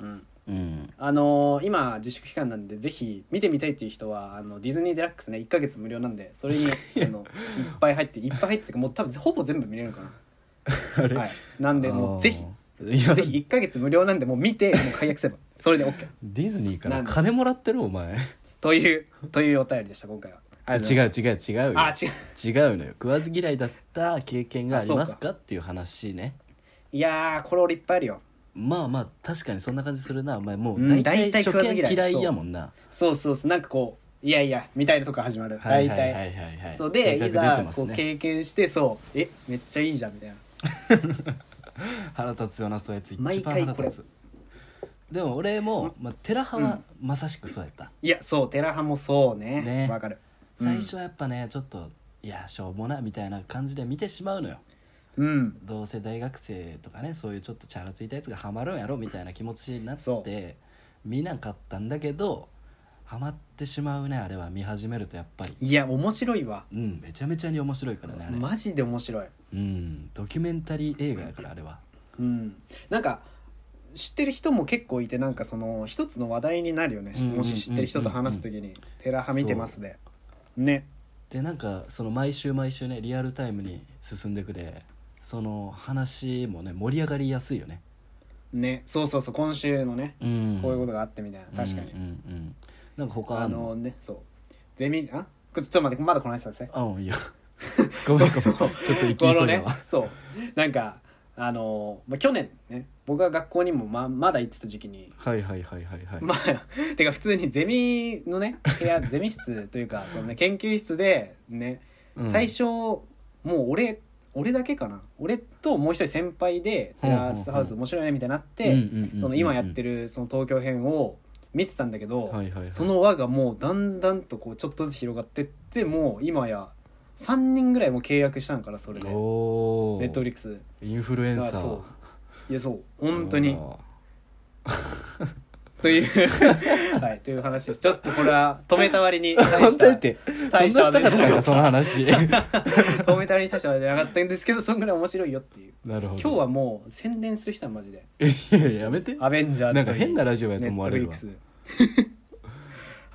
Speaker 1: うん
Speaker 2: うん
Speaker 1: あのー今自粛期間なんでぜひ見てみたいっていう人はあのディズニーデラックスね1か月無料なんでそれにあのいっぱい入っていっぱい入っててかもう多分ほぼ全部見れるか
Speaker 2: あれ
Speaker 1: な、はい、なんでもうぜひ
Speaker 2: ひ
Speaker 1: ぜひ1か月無料なんでもう見てもう解約すれば [laughs] それで OK
Speaker 2: ディズニーから
Speaker 1: なんで
Speaker 2: 金もらってるお前
Speaker 1: というというお便りでした今回はありがとう
Speaker 2: 違う違う違うよ
Speaker 1: ございますあ違う
Speaker 2: 違うのよ食わず嫌いだった経験がありますかっていう話ね
Speaker 1: いやーこれ俺いっぱいあるよ
Speaker 2: まあまあ確かにそんな感じするなお前も
Speaker 1: う
Speaker 2: うん大
Speaker 1: 大
Speaker 2: 体
Speaker 1: 体
Speaker 2: 初
Speaker 1: 食わず嫌い
Speaker 2: 見嫌いやもんな
Speaker 1: そうそうそうなんかこういやいやみたいなとこから始まる
Speaker 2: は
Speaker 1: 大
Speaker 2: い
Speaker 1: 体、
Speaker 2: はいはいはいはい
Speaker 1: そうで
Speaker 2: 性
Speaker 1: い
Speaker 2: 格出て
Speaker 1: ざ
Speaker 2: ま
Speaker 1: こ
Speaker 2: す
Speaker 1: う
Speaker 2: ね
Speaker 1: 経験してそうえめっちゃいいじゃんみたいな
Speaker 2: 腹立つよなそういうやつ一
Speaker 1: 毎
Speaker 2: 番
Speaker 1: 回
Speaker 2: 腹立つでも俺も、まあ、寺派はまさしくそうやった、
Speaker 1: いやそう寺派もそうね
Speaker 2: ね
Speaker 1: わかる
Speaker 2: 最初はやっぱねちょっといやしょうもなみたいな感じで見てしまうのよ
Speaker 1: うん
Speaker 2: どうせ大学生とかねそういうちょっとチャラついたやつがハマるんやろみたいな気持ちになっ
Speaker 1: そ
Speaker 2: て見なかったんだけどハマってしまうねあれは見始めるとやっぱり
Speaker 1: いや面白いわ
Speaker 2: うんめちゃめちゃに面白いからねあれ、
Speaker 1: マジで面白い
Speaker 2: うんドキュメンタリー映画やからあれは
Speaker 1: うんなんか知ってる人も結構いてなんかその一つの話題になるよね、
Speaker 2: うんうんうんうん
Speaker 1: もし知ってる人と話す時に「テラハ見てますで」ね
Speaker 2: でなんかその毎週毎週ねリアルタイムに進んでくでその話もね盛り上がりやすいよね
Speaker 1: ねそうそうそう今週のね
Speaker 2: うん
Speaker 1: こういうことがあってみたいな、確かに、
Speaker 2: うんうんうんなんか他あ
Speaker 1: あ
Speaker 2: んの
Speaker 1: のねそうゼミあちょっと待ってまだこの話させて
Speaker 2: あうん
Speaker 1: [laughs]
Speaker 2: いいよごめんごめんちょっと行き
Speaker 1: こ
Speaker 2: 急
Speaker 1: の
Speaker 2: いだ
Speaker 1: ね
Speaker 2: わ、
Speaker 1: [laughs] そうなんかあの、まあ、去年ね僕が学校にもままだ行ってた時期に
Speaker 2: はいはいはいはいはい、
Speaker 1: まあ [laughs] てか普通にゼミのね部屋 [laughs] ゼミ室というかその、ね、研究室でね
Speaker 2: うん
Speaker 1: 最初、もう俺俺だけかな俺ともう一人先輩でテラスハウス面白いねみたいになって、
Speaker 2: うんうんうんうんうん
Speaker 1: その今やってるその東京編を見てたんだけど、
Speaker 2: はいはいはい、
Speaker 1: その輪がもうだんだんとこうちょっとずつ広がってってもう今や3人ぐらいもう契約したんからそれでネ
Speaker 2: お
Speaker 1: ットフ
Speaker 2: ー
Speaker 1: リックス
Speaker 2: インフルエン
Speaker 1: が
Speaker 2: サー
Speaker 1: そういやそう本当に
Speaker 2: あー
Speaker 1: という
Speaker 2: [laughs]
Speaker 1: はいという話ですちょっとこれは止めた割
Speaker 2: [laughs]
Speaker 1: に
Speaker 2: 本当にってそ
Speaker 1: 大
Speaker 2: ん
Speaker 1: した
Speaker 2: なしたかったかその
Speaker 1: [laughs]
Speaker 2: 話
Speaker 1: 止めた割に大した話じゃなかったんですけどそんぐらい面白いよっていう
Speaker 2: なるほど
Speaker 1: 今日はもう宣伝する人はマジで
Speaker 2: [laughs] いやいややめて
Speaker 1: 「アベンジャーズ」
Speaker 2: なんか変なラジオやと
Speaker 1: ネッ
Speaker 2: 思
Speaker 1: ト
Speaker 2: わ
Speaker 1: フ
Speaker 2: れ
Speaker 1: リ
Speaker 2: る
Speaker 1: ッ
Speaker 2: わ
Speaker 1: クス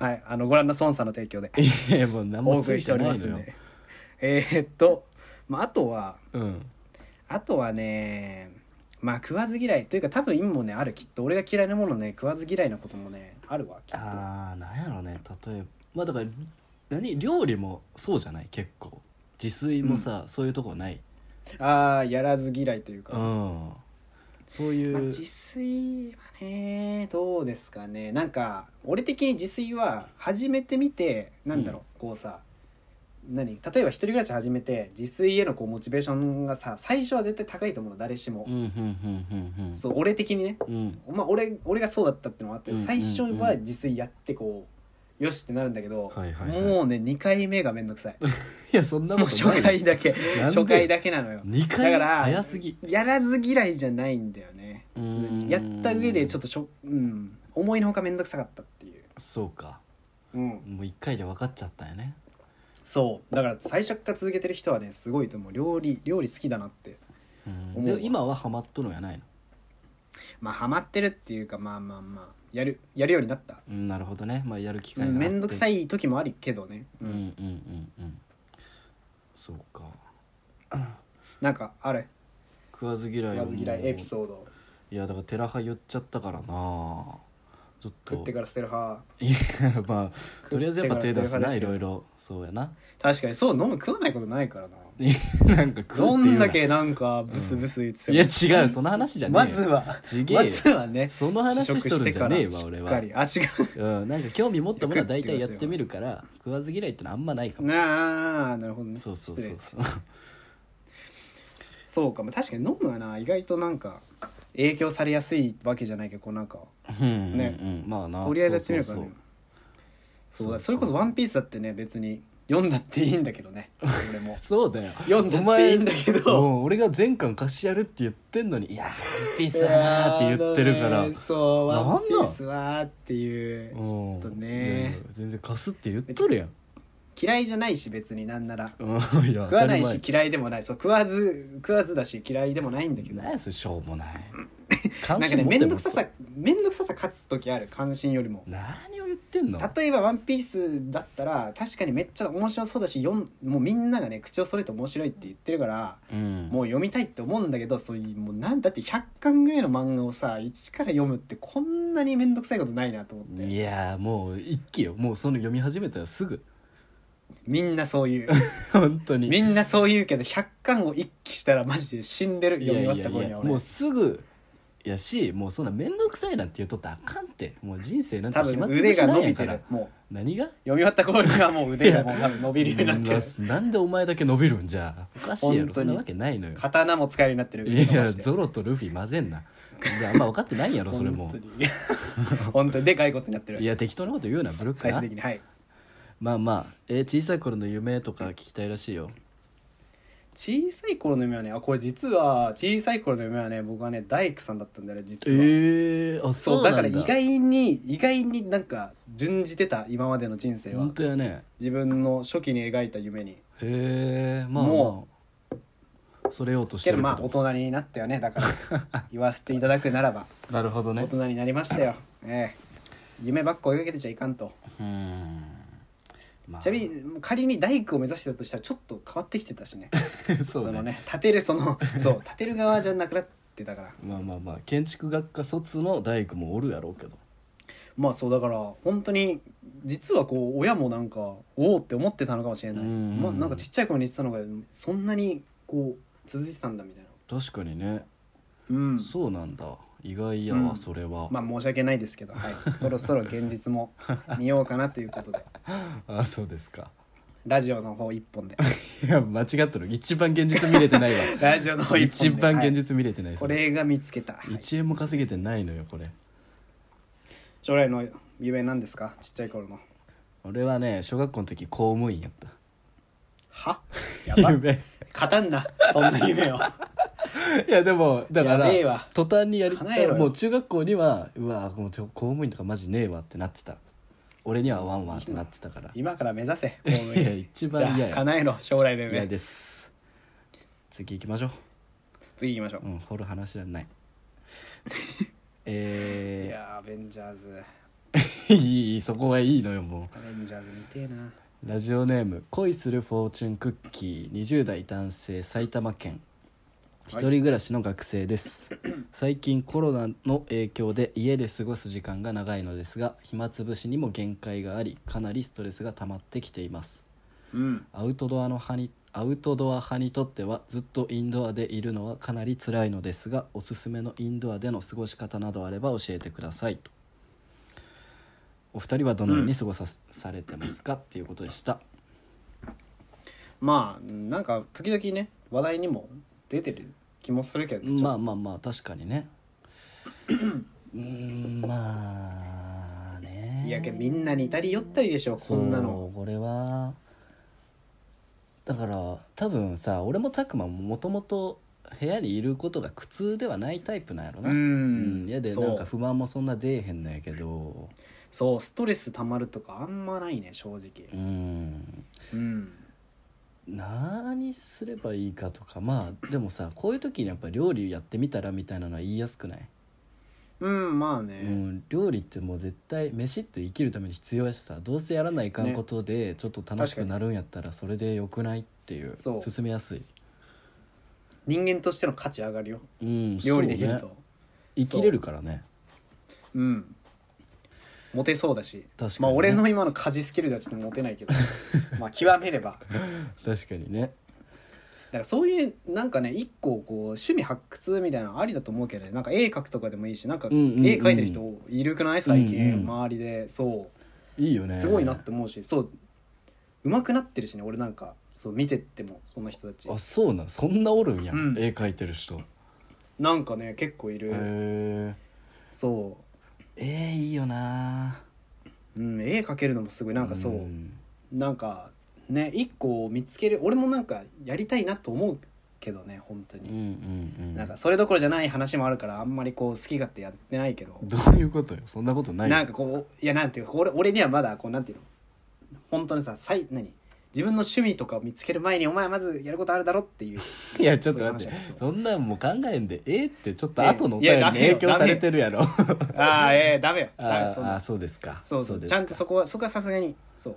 Speaker 1: [laughs] はいあのご覧の孫さんの提供で
Speaker 2: いやいやもう何
Speaker 1: お
Speaker 2: も
Speaker 1: 送
Speaker 2: つ
Speaker 1: り
Speaker 2: い
Speaker 1: して
Speaker 2: て
Speaker 1: おり
Speaker 2: な
Speaker 1: ま
Speaker 2: い
Speaker 1: す
Speaker 2: の
Speaker 1: ん
Speaker 2: よ、
Speaker 1: でえーっとまああとは
Speaker 2: うん
Speaker 1: あとはねまあ食わず嫌いというか多分今もねあるきっと俺が嫌いなものね食わず嫌いなこともねあるわきっと
Speaker 2: あーなんやろね例えばまあだから何料理もそうじゃない結構自炊もさ、そういうとこない
Speaker 1: あーやらず嫌いという
Speaker 2: う
Speaker 1: か、
Speaker 2: んそうい
Speaker 1: まあ、
Speaker 2: う、
Speaker 1: 自炊はねどうですかねなんか俺的に自炊は始めてみてなんだろう、こうさ何例えば一人暮らし始めて自炊へのこうモチベーションがさ最初は絶対高いと思うの誰しも、
Speaker 2: うんうんうんうんうん
Speaker 1: そう俺的にね
Speaker 2: うん
Speaker 1: まあ俺俺がそうだったってのもあって、
Speaker 2: うん
Speaker 1: 最初
Speaker 2: うん
Speaker 1: は自炊やってこうよしってなるんだけど、
Speaker 2: はいはいはい
Speaker 1: もうね2回目がめんどくさい
Speaker 2: いや [laughs] そんな
Speaker 1: もう
Speaker 2: こ
Speaker 1: 初
Speaker 2: とない
Speaker 1: 回だけ
Speaker 2: なんで
Speaker 1: 初回だけなのよ
Speaker 2: 2
Speaker 1: だ
Speaker 2: 回
Speaker 1: か
Speaker 2: 目
Speaker 1: ら
Speaker 2: 早すぎ
Speaker 1: やらず嫌いじゃないんだよね
Speaker 2: うーん
Speaker 1: やった上でちょっとしょ、うん、思いのほかめんどくさかったっていう、
Speaker 2: そうか
Speaker 1: うん、
Speaker 2: もう1回で分かっちゃったよね
Speaker 1: そうだから最初から続けてる人はねすごいと思う料理料理好きだなって
Speaker 2: うん
Speaker 1: 思う
Speaker 2: で
Speaker 1: わ
Speaker 2: 今はハマっとるんやないの
Speaker 1: まあハマってるっていうかまあまあまあやるやるようになった
Speaker 2: うんなるほどねまあやる機
Speaker 1: う
Speaker 2: 会があ
Speaker 1: ん
Speaker 2: って
Speaker 1: めんどくさい時もあるけどね、
Speaker 2: うんうんうんうんそうか
Speaker 1: なんかあれ
Speaker 2: 食わず嫌いは
Speaker 1: 食わず嫌
Speaker 2: も
Speaker 1: いうエピソード
Speaker 2: いやだからテラハ言っちゃったからなちょっと
Speaker 1: 食ってから捨てる派
Speaker 2: [laughs] いやまあとりあえずやっぱ手出す
Speaker 1: 食ってから捨てる派ですよ
Speaker 2: ないろいろそう
Speaker 1: [laughs]
Speaker 2: やな
Speaker 1: 確かにそう飲む食わないことないからな
Speaker 2: なんか食
Speaker 1: ど
Speaker 2: うってい
Speaker 1: ん
Speaker 2: うな
Speaker 1: だけなんかブスブス言って
Speaker 2: いや
Speaker 1: て
Speaker 2: 違うその話じゃ
Speaker 1: も、
Speaker 2: ねえ
Speaker 1: ま
Speaker 2: よ
Speaker 1: ずは
Speaker 2: ちげえよ
Speaker 1: まずはね
Speaker 2: その話しとるんじゃねえわ俺
Speaker 1: しっか
Speaker 2: は、
Speaker 1: りあ違
Speaker 2: うん、なんか興味持ったものは大体やってみるから食わず嫌いってのはあんまないか
Speaker 1: う
Speaker 2: も、
Speaker 1: な [laughs] あなるほどね
Speaker 2: そうそうそう
Speaker 1: 失
Speaker 2: そう
Speaker 1: 礼そうかも確かに飲むはな意外となんか影響されやすいわけじゃないけどこうなんか
Speaker 2: うん
Speaker 1: ね
Speaker 2: うんうん、まあな
Speaker 1: とりあえずやってみるから
Speaker 2: そう
Speaker 1: ね
Speaker 2: そ
Speaker 1: そう
Speaker 2: うそうそうそう
Speaker 1: だそれこそ「ワンピースだってね別に読んだっていいんだけどね俺
Speaker 2: [laughs]
Speaker 1: も
Speaker 2: そうそうだよ
Speaker 1: 読んだっていいんだけど
Speaker 2: もう俺が前巻貸しやるって言ってんのに「いやーワンピースやな」って言ってるか
Speaker 1: いや
Speaker 2: ら、
Speaker 1: ーねそう「
Speaker 2: なんなん
Speaker 1: ワンピースは」っていうち
Speaker 2: うん
Speaker 1: ょっと
Speaker 2: いやいや
Speaker 1: ね
Speaker 2: 全然貸すって言っとるやん、
Speaker 1: 嫌いじゃないし別になんなら
Speaker 2: うん、 [laughs] いや
Speaker 1: 食わないし
Speaker 2: 当たり
Speaker 1: 嫌いでもないそう食わず食わずだし嫌いでもないんだけど
Speaker 2: 前
Speaker 1: な
Speaker 2: な
Speaker 1: ん
Speaker 2: んやそれしょうもない
Speaker 1: か
Speaker 2: 関
Speaker 1: ね
Speaker 2: 持
Speaker 1: 面
Speaker 2: て
Speaker 1: 倒くささ面倒くささ勝つ時ある関心よりも
Speaker 2: 何を言ってんの
Speaker 1: 例えば「ワンピースだったら確かにめっちゃ面白そうだし読んもうみんながね口をそれて面白いって言ってるから
Speaker 2: うん
Speaker 1: もう読みたいって思うんだけどそういうもうなんだって100巻ぐらいの漫画をさ一から読むってこんなに面倒くさいことないなと思って
Speaker 2: いやーもう一気よもうその読み始めたらすぐ [laughs]
Speaker 1: みんなそういう
Speaker 2: 本当に
Speaker 1: みんなそう言うけど100巻を一気したらマジで死んでる
Speaker 2: いや
Speaker 1: 読み
Speaker 2: い
Speaker 1: 終
Speaker 2: や
Speaker 1: わった頃
Speaker 2: い
Speaker 1: に
Speaker 2: や
Speaker 1: は
Speaker 2: も
Speaker 1: 俺
Speaker 2: うすぐやしもうそんな面倒くさいなんて言っとったらあかんってもう人生なんて
Speaker 1: 多分
Speaker 2: 暇つぶ
Speaker 1: 腕
Speaker 2: し
Speaker 1: が
Speaker 2: な
Speaker 1: 伸
Speaker 2: いや
Speaker 1: び
Speaker 2: か
Speaker 1: て
Speaker 2: ら
Speaker 1: るもう
Speaker 2: 何が
Speaker 1: 読み終わった頃にはもう腕がもう多分伸びるようにな
Speaker 2: [laughs]
Speaker 1: ってる
Speaker 2: うんなんでお前だけ伸びるんじゃおかしいやろ
Speaker 1: 本
Speaker 2: そ
Speaker 1: 当に
Speaker 2: んなわけないのよ
Speaker 1: 刀も使えるようになってる
Speaker 2: いや
Speaker 1: マジで
Speaker 2: ゾロとルフィ混ぜんなであんま分かってないやろそれ
Speaker 1: [laughs]
Speaker 2: も
Speaker 1: 本当に本当にで骸骨になって
Speaker 2: い
Speaker 1: る
Speaker 2: や適当なこと言うなブルック
Speaker 1: 最
Speaker 2: な
Speaker 1: 終的にはい
Speaker 2: まあまあえー小さい頃の夢とか聞きたいらしいよ
Speaker 1: 小さい頃の夢はねあこれ実は小さい頃の夢はね僕はね大工さんだったんだよね実は、
Speaker 2: ええ
Speaker 1: そ
Speaker 2: あそうう
Speaker 1: だ
Speaker 2: なん
Speaker 1: か
Speaker 2: だ
Speaker 1: ら意外に意外になんか準じてた今までの人生は
Speaker 2: 本当やね
Speaker 1: 自分の初期に描いた夢に
Speaker 2: へえまあま
Speaker 1: も
Speaker 2: あそれようとして
Speaker 1: け
Speaker 2: る
Speaker 1: ど
Speaker 2: け
Speaker 1: ま
Speaker 2: ど
Speaker 1: あ大人になったよねだから
Speaker 2: [laughs]
Speaker 1: 言わせていただくならば
Speaker 2: なるほど
Speaker 1: 大
Speaker 2: ね
Speaker 1: 人になりましたよ、ええ、夢ばっか追いかけてちゃいかんと
Speaker 2: うんまあ
Speaker 1: ちなみに仮に大工を目指してたとしたらちょっと変わってきてた [laughs] しね
Speaker 2: [laughs] そ
Speaker 1: の
Speaker 2: うね
Speaker 1: ね建てるその [laughs] そう建てる側じゃなくなってたから
Speaker 2: まあまあまあ建築学科卒の大工もおるやろうけど
Speaker 1: まあそうだから本当に実はこう親もなんかおおって思ってたのかもしれない、
Speaker 2: うん
Speaker 1: まあ、なんかちっちゃい頃に言ってたのがそんなにこう続いてたんだみたいな
Speaker 2: 確かにね、
Speaker 1: うん
Speaker 2: そうなんだ意外やわ、
Speaker 1: うん
Speaker 2: それは、
Speaker 1: まあ申し訳ないですけど、 [laughs] はい、そろそろ現実も見ようかなということで
Speaker 2: ああそうですか
Speaker 1: ラジオの方一本で
Speaker 2: いや間違ってる一番現実見れて
Speaker 1: [laughs]
Speaker 2: ないわ
Speaker 1: ラジオの方一
Speaker 2: 一
Speaker 1: 本で
Speaker 2: 番現
Speaker 1: はい
Speaker 2: 実見れてない、
Speaker 1: こ
Speaker 2: それ
Speaker 1: れが見つけた、はい
Speaker 2: 1円も稼げてないのよこれ
Speaker 1: 将来の夢なんですかちっちゃい頃の
Speaker 2: 俺はね小学校の時公務員やった
Speaker 1: [laughs] はやば
Speaker 2: [laughs] 夢
Speaker 1: 勝たんなそんな夢を
Speaker 2: いやでもだか
Speaker 1: や
Speaker 2: ら
Speaker 1: べえわ
Speaker 2: 途端にやり
Speaker 1: 叶えろよ
Speaker 2: もう中学校にはうわもうちょ公務員とかマジねえわってなってた俺にはワンワンってなってたからい
Speaker 1: 今から目指せ公務員
Speaker 2: や一
Speaker 1: じ
Speaker 2: 番
Speaker 1: ゃ
Speaker 2: 嫌
Speaker 1: あ
Speaker 2: や
Speaker 1: 叶えろ将来の
Speaker 2: 嫌
Speaker 1: 夢
Speaker 2: です次行きましょ
Speaker 1: 次行きましょう
Speaker 2: う、うん、掘る話じゃな
Speaker 1: [laughs] い
Speaker 2: いえ
Speaker 1: やーアベンジャーズ
Speaker 2: ー、 [laughs] いいいいそこはいいのよも
Speaker 1: アベンジャーズ見てえな
Speaker 2: うラジオネーム恋するフォーチュンクッキー20代男性埼玉県一人暮らしの学生です、最近コロナの影響で家で過ごす時間が長いのですが暇つぶしにも限界がありかなりストレスが溜まってきています
Speaker 1: うん
Speaker 2: アウトドアの派にアウトドア派にとってはずっとインドアでいるのはかなり辛いのですがおすすめのインドアでの過ごし方などあれば教えてくださいとお二人はどのように過ごさ,、されてますかっていうことでした
Speaker 1: まあなんか時々ね話題にも出てる気もするけど、
Speaker 2: まあまあまあ確かにねうーんまあね
Speaker 1: いやけどみんな似たり寄ったりでしょこんなの
Speaker 2: そうこれはだから多分さ俺も拓磨ももともと部屋にいることが苦痛ではないタイプなんやろな、うん、やで
Speaker 1: そう
Speaker 2: なんか不満もそんな出えへんのやけど
Speaker 1: そうストレスたまるとかあんまないね正直
Speaker 2: うん
Speaker 1: うん
Speaker 2: 何すればいいかとかまあでもさこういう時にやっぱ料理やってみたらみたいなのは言いやすくない、
Speaker 1: うんまあね、
Speaker 2: うん、料理ってもう絶対飯って生きるために必要やしさどうせやらないかんことでちょっと楽しくなるんやったらそれでよくないっていう
Speaker 1: そう
Speaker 2: 進めやすい、
Speaker 1: 人間としての価値上がるよ
Speaker 2: うん、
Speaker 1: 料理できる
Speaker 2: そ
Speaker 1: と
Speaker 2: うね、生きれるからね
Speaker 1: うんモテそうだし
Speaker 2: 確かにね
Speaker 1: まあ俺の今の家事スキルではちょっとモテない
Speaker 2: [laughs]
Speaker 1: けどまあ極めれば
Speaker 2: 確かにね
Speaker 1: だからそういうなんかね一個こう趣味発掘みたいなのありだと思うけどねなんか絵描くとかでもいいしなんか絵
Speaker 2: うんうんうん
Speaker 1: 描いてる人いるくない最近、
Speaker 2: うんうん
Speaker 1: 周りでそう
Speaker 2: いいよね
Speaker 1: すごいなって思うしそう上手くなってるしね俺なんかそう見てってもその人たち
Speaker 2: あそうなんそんなおるんや、
Speaker 1: うん
Speaker 2: 絵描いてる人へ
Speaker 1: なんかね結構いる
Speaker 2: え
Speaker 1: そ
Speaker 2: えー、いいよな
Speaker 1: う、うん、絵描けるのもすごいなんかそう、
Speaker 2: ん
Speaker 1: なんかね一個見つける俺もなんかやりたいなと思うけどね本当
Speaker 2: うんう
Speaker 1: に、
Speaker 2: んうん
Speaker 1: なんかそれどころじゃない話もあるからあんまりこう好き勝手やってないけど
Speaker 2: どういうことよそんなことない
Speaker 1: なんかこういやなんていうか俺俺にはまだこうなんていうの本当にさ最何自分の趣味とかを見つける前にお前はまずやることあるだろって
Speaker 2: [laughs]
Speaker 1: いう
Speaker 2: いやちょっと待
Speaker 1: そうい
Speaker 2: って
Speaker 1: う話です
Speaker 2: そんなんもう考えんでええってちょっと後のお
Speaker 1: い
Speaker 2: 便
Speaker 1: や
Speaker 2: りに
Speaker 1: ダメよ
Speaker 2: 影響されてるやろあ
Speaker 1: ああええダメよ
Speaker 2: ー
Speaker 1: ダメよそん
Speaker 2: [laughs] あー
Speaker 1: な
Speaker 2: そうですか
Speaker 1: そうそう
Speaker 2: です
Speaker 1: ちゃんとそこはそこはさすがにそう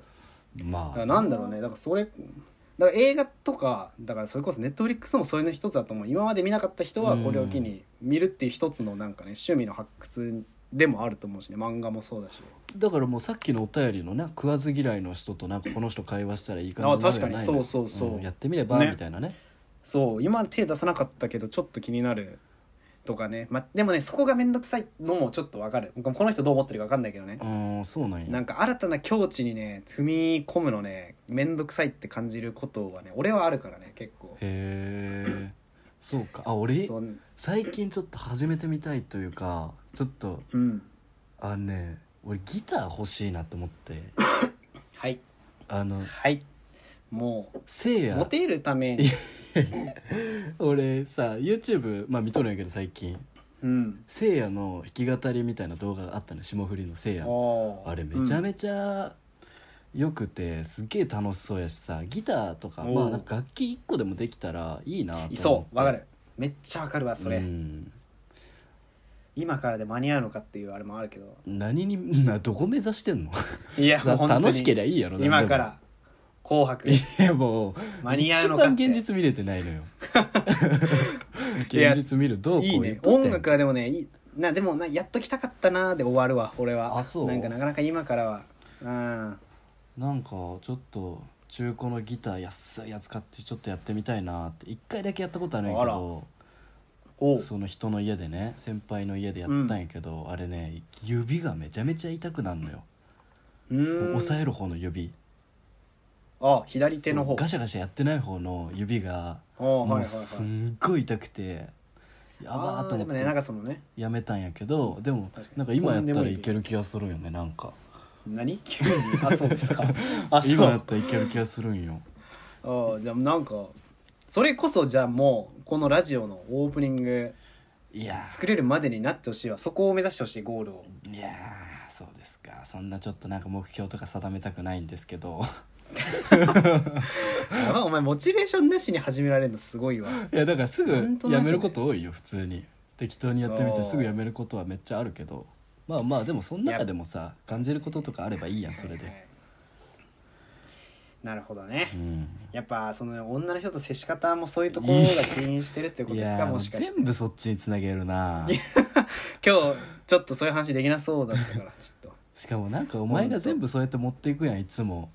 Speaker 1: だ
Speaker 2: ま
Speaker 1: か
Speaker 2: あ
Speaker 1: らなんだろうねだからそれだから映画とかだからそれこそネットフリックスもそれの一つだと思う今まで見なかった人はこれを機に見るっていう一つのなんかね趣味の発掘でもあると思うしね漫画もそうだし
Speaker 2: だからもうさっきのお便りのね食わず嫌いの人となんかこの人会話したらいい感じ
Speaker 1: あ
Speaker 2: になる
Speaker 1: 確
Speaker 2: や
Speaker 1: か
Speaker 2: ない
Speaker 1: に
Speaker 2: の
Speaker 1: そうそうそう、
Speaker 2: んやってみれば
Speaker 1: ね
Speaker 2: みたいなね
Speaker 1: そう今手出さなかったけどちょっと気になるとかね、ま、でもねそこが面倒くさいのもちょっとわかる僕もこの人どう思ってるかわかんないけどね
Speaker 2: う、んそうなんや
Speaker 1: なんか新たな境地にね踏み込むのね面倒くさいって感じることはね俺はあるからね結構
Speaker 2: へえそうかあ俺
Speaker 1: そう
Speaker 2: 最近ちょっと始めてみたいというかちょっと
Speaker 1: うん
Speaker 2: あのね俺ギター欲しいなと思って
Speaker 1: はい
Speaker 2: あの
Speaker 1: はいも
Speaker 2: せいうや
Speaker 1: モテるために、
Speaker 2: 俺さ YouTube、まあ、見とるんやけど最近
Speaker 1: うん、
Speaker 2: せいやの弾き語りみたいな動画があったの霜降りのせいやあれめちゃ
Speaker 1: ち
Speaker 2: めちゃ良くてすっげえ楽しそうやしさギターとか,、
Speaker 1: おう
Speaker 2: まあ、なんか楽器1個でもできたらいいなと思っ
Speaker 1: ゃ
Speaker 2: て
Speaker 1: そうわかるめっちゃわかるわそれ、
Speaker 2: うん
Speaker 1: 今からで間に合うのかっていうあれもあるけ
Speaker 2: [laughs]
Speaker 1: ど
Speaker 2: 何になどこ目指してんの
Speaker 1: いやも [laughs] う本当に
Speaker 2: 楽しけりゃいいやろ
Speaker 1: 今から「紅白
Speaker 2: 何 [laughs] でもいやもう
Speaker 1: 間に合うのか」
Speaker 2: 一番
Speaker 1: って
Speaker 2: 現実見れてないのよ
Speaker 1: [laughs] いや
Speaker 2: 現実見るどうこ
Speaker 1: いいう
Speaker 2: 言っ
Speaker 1: ね
Speaker 2: とってん
Speaker 1: 音楽はでもねいいなでもなやっと来たかったなーで終わるわ俺は
Speaker 2: あそう
Speaker 1: なんかなかなか今からはうん
Speaker 2: なんかちょっと中古のギター安いやつ買ってちょっとやってみたいなって一回だけやったことあるんやけど
Speaker 1: おう
Speaker 2: その人の家でね先輩の家でやったんやけど、あれね指がめちゃめちゃ痛くなるのよ、
Speaker 1: うーん
Speaker 2: 押さえる方の指
Speaker 1: あ左手の方
Speaker 2: そうガシャガシャやってない方の指が
Speaker 1: おう
Speaker 2: も
Speaker 1: はいうはい
Speaker 2: す
Speaker 1: はい
Speaker 2: んごい痛くてやば
Speaker 1: あ
Speaker 2: ー
Speaker 1: ー
Speaker 2: と
Speaker 1: で
Speaker 2: 思
Speaker 1: もねなん
Speaker 2: っ
Speaker 1: か
Speaker 2: て
Speaker 1: そのね
Speaker 2: やめたんやけどでも
Speaker 1: 確かに
Speaker 2: なんか今やったらいける気がするんよねなんか
Speaker 1: 何急にあそうです
Speaker 2: [laughs]
Speaker 1: かあそ
Speaker 2: 今や
Speaker 1: う
Speaker 2: ったらいける気がするんよ
Speaker 1: あーじゃあなんかそれこそじゃあもうこのラジオのオープニング
Speaker 2: いや
Speaker 1: 作れるまでになってほしいわそこを目指してほしいゴール [laughs] を
Speaker 2: ーいやーそうですかそんなちょっとなんか目標とか定めたくないんですけど
Speaker 1: やばいお前モチベーションなしに始められるのすご [laughs] いわ
Speaker 2: いやだからすぐ
Speaker 1: ほんとだ
Speaker 2: や
Speaker 1: よね
Speaker 2: めること多いよ普通に適当にやってみ
Speaker 1: あ
Speaker 2: て
Speaker 1: ー
Speaker 2: すぐやめることはめっちゃあるけどまあまあでもその中でもさ感じることとかあればいいやんそ
Speaker 1: は
Speaker 2: れ
Speaker 1: いは
Speaker 2: で
Speaker 1: いなるほどね
Speaker 2: うん
Speaker 1: やっぱその女の人と接し方もそういうところが起因してるってこ
Speaker 2: い
Speaker 1: とですか
Speaker 2: やー
Speaker 1: もしかして
Speaker 2: 全部そっちにつなげるな
Speaker 1: 今日ちょっとそういう話できなそうだったからちょっと
Speaker 2: しかもなんかお前が全部そうやって持っていくやんいつも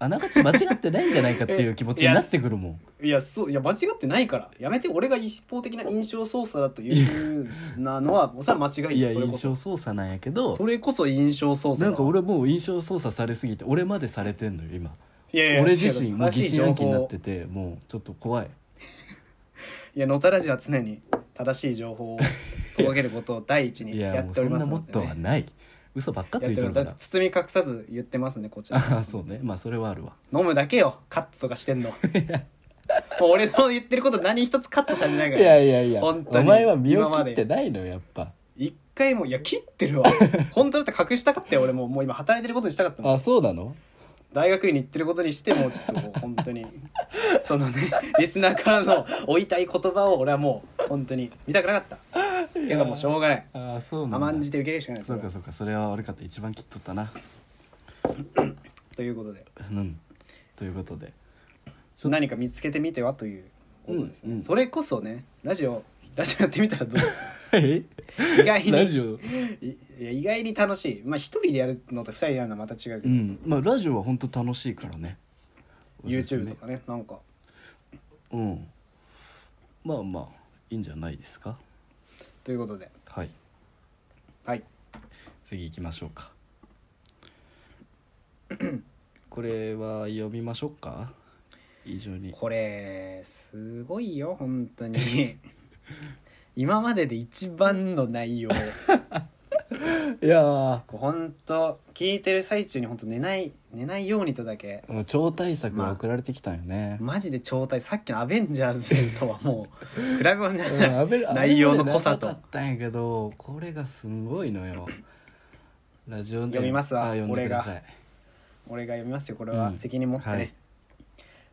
Speaker 2: あながち間違ってないんじゃないかっていう気持ちになってくるもん
Speaker 1: いやそういや間違ってないからやめて俺が一方的な印象操作だというなのはそれは間違い
Speaker 2: いや
Speaker 1: よそれこ
Speaker 2: 印
Speaker 1: そ
Speaker 2: 象操作なんやけど
Speaker 1: それこそ印象操作だ
Speaker 2: なんか俺もう印象操作されすぎて俺までされてんのよ今
Speaker 1: いやいや
Speaker 2: 俺自身もう
Speaker 1: 正
Speaker 2: 疑
Speaker 1: しい
Speaker 2: 心
Speaker 1: 情報
Speaker 2: 暗鬼になっててもうちょっと怖い
Speaker 1: いや野たらじは常に正しい情報を届けることを第一
Speaker 2: い
Speaker 1: にや
Speaker 2: や
Speaker 1: っ
Speaker 2: もう
Speaker 1: て
Speaker 2: そ
Speaker 1: おり
Speaker 2: ん
Speaker 1: ます
Speaker 2: なモ
Speaker 1: の
Speaker 2: ッ
Speaker 1: で
Speaker 2: トー
Speaker 1: ね
Speaker 2: はない嘘ばっか
Speaker 1: や
Speaker 2: つ
Speaker 1: っ
Speaker 2: い
Speaker 1: て
Speaker 2: て
Speaker 1: お
Speaker 2: る
Speaker 1: り
Speaker 2: か
Speaker 1: だ
Speaker 2: ら
Speaker 1: 包み隠さず言ってますねこちら
Speaker 2: ああそうねまあそれはあるわ
Speaker 1: 飲むだけよカットとかしてんのもう俺の言ってること何一つカットされない
Speaker 2: い
Speaker 1: から
Speaker 2: やいやいや
Speaker 1: 本当
Speaker 2: お
Speaker 1: に
Speaker 2: 前は身を切ってないのよやっぱ
Speaker 1: 一回もいや切ってるわ本当だって隠したかったよ俺もうもう今働いてることにしたかったの
Speaker 2: あそうなの
Speaker 1: 大学院に行ってることにしてもうちょっともう本当
Speaker 2: [laughs]
Speaker 1: にそのねリスナーからのお痛い言葉を俺はもう本当に見たくなかったけどもうしょうがない
Speaker 2: ああそうな
Speaker 1: 甘
Speaker 2: ん
Speaker 1: ん
Speaker 2: だ
Speaker 1: じて受け入れるしかないそ
Speaker 2: そ
Speaker 1: れは
Speaker 2: うかそうかそれは悪かった一番切っとったな
Speaker 1: ということで
Speaker 2: うんということでそう
Speaker 1: 何か見つけてみてはということですね、
Speaker 2: うんうん
Speaker 1: それこそねラジオラジオやってみたらどう
Speaker 2: [laughs] え
Speaker 1: 意外に
Speaker 2: ラジオ
Speaker 1: いいや意外に楽しいまあ一人でやるのと二人でやるのはまた違うけ
Speaker 2: う
Speaker 1: ど、
Speaker 2: んまあラジオは本当楽しいからねおすすめ
Speaker 1: YouTube とかねなんか
Speaker 2: うんまあまあいいんじゃないですか
Speaker 1: ということで
Speaker 2: はい
Speaker 1: はい
Speaker 2: 次行きましょうか [coughs] これは読みましょうか以上に
Speaker 1: これすごいよ本当に [laughs] 今までで一番の内容
Speaker 2: いや
Speaker 1: 本当聞いてる最中に本当寝ない寝ないようにとだけ
Speaker 2: ー超大作が送られてきたよね、
Speaker 1: マジで超大さっきの「アベンジャーズ」とはもう
Speaker 2: [laughs]
Speaker 1: 比べ物にな
Speaker 2: うん
Speaker 1: らない
Speaker 2: アベル
Speaker 1: 内容の濃さと
Speaker 2: アベルまで長かったんやけどこれがすごいのよラジオネーム
Speaker 1: 読みますわ
Speaker 2: あ読んでください
Speaker 1: 俺が読みますよこれは、
Speaker 2: うん
Speaker 1: 責任持ってね、
Speaker 2: はい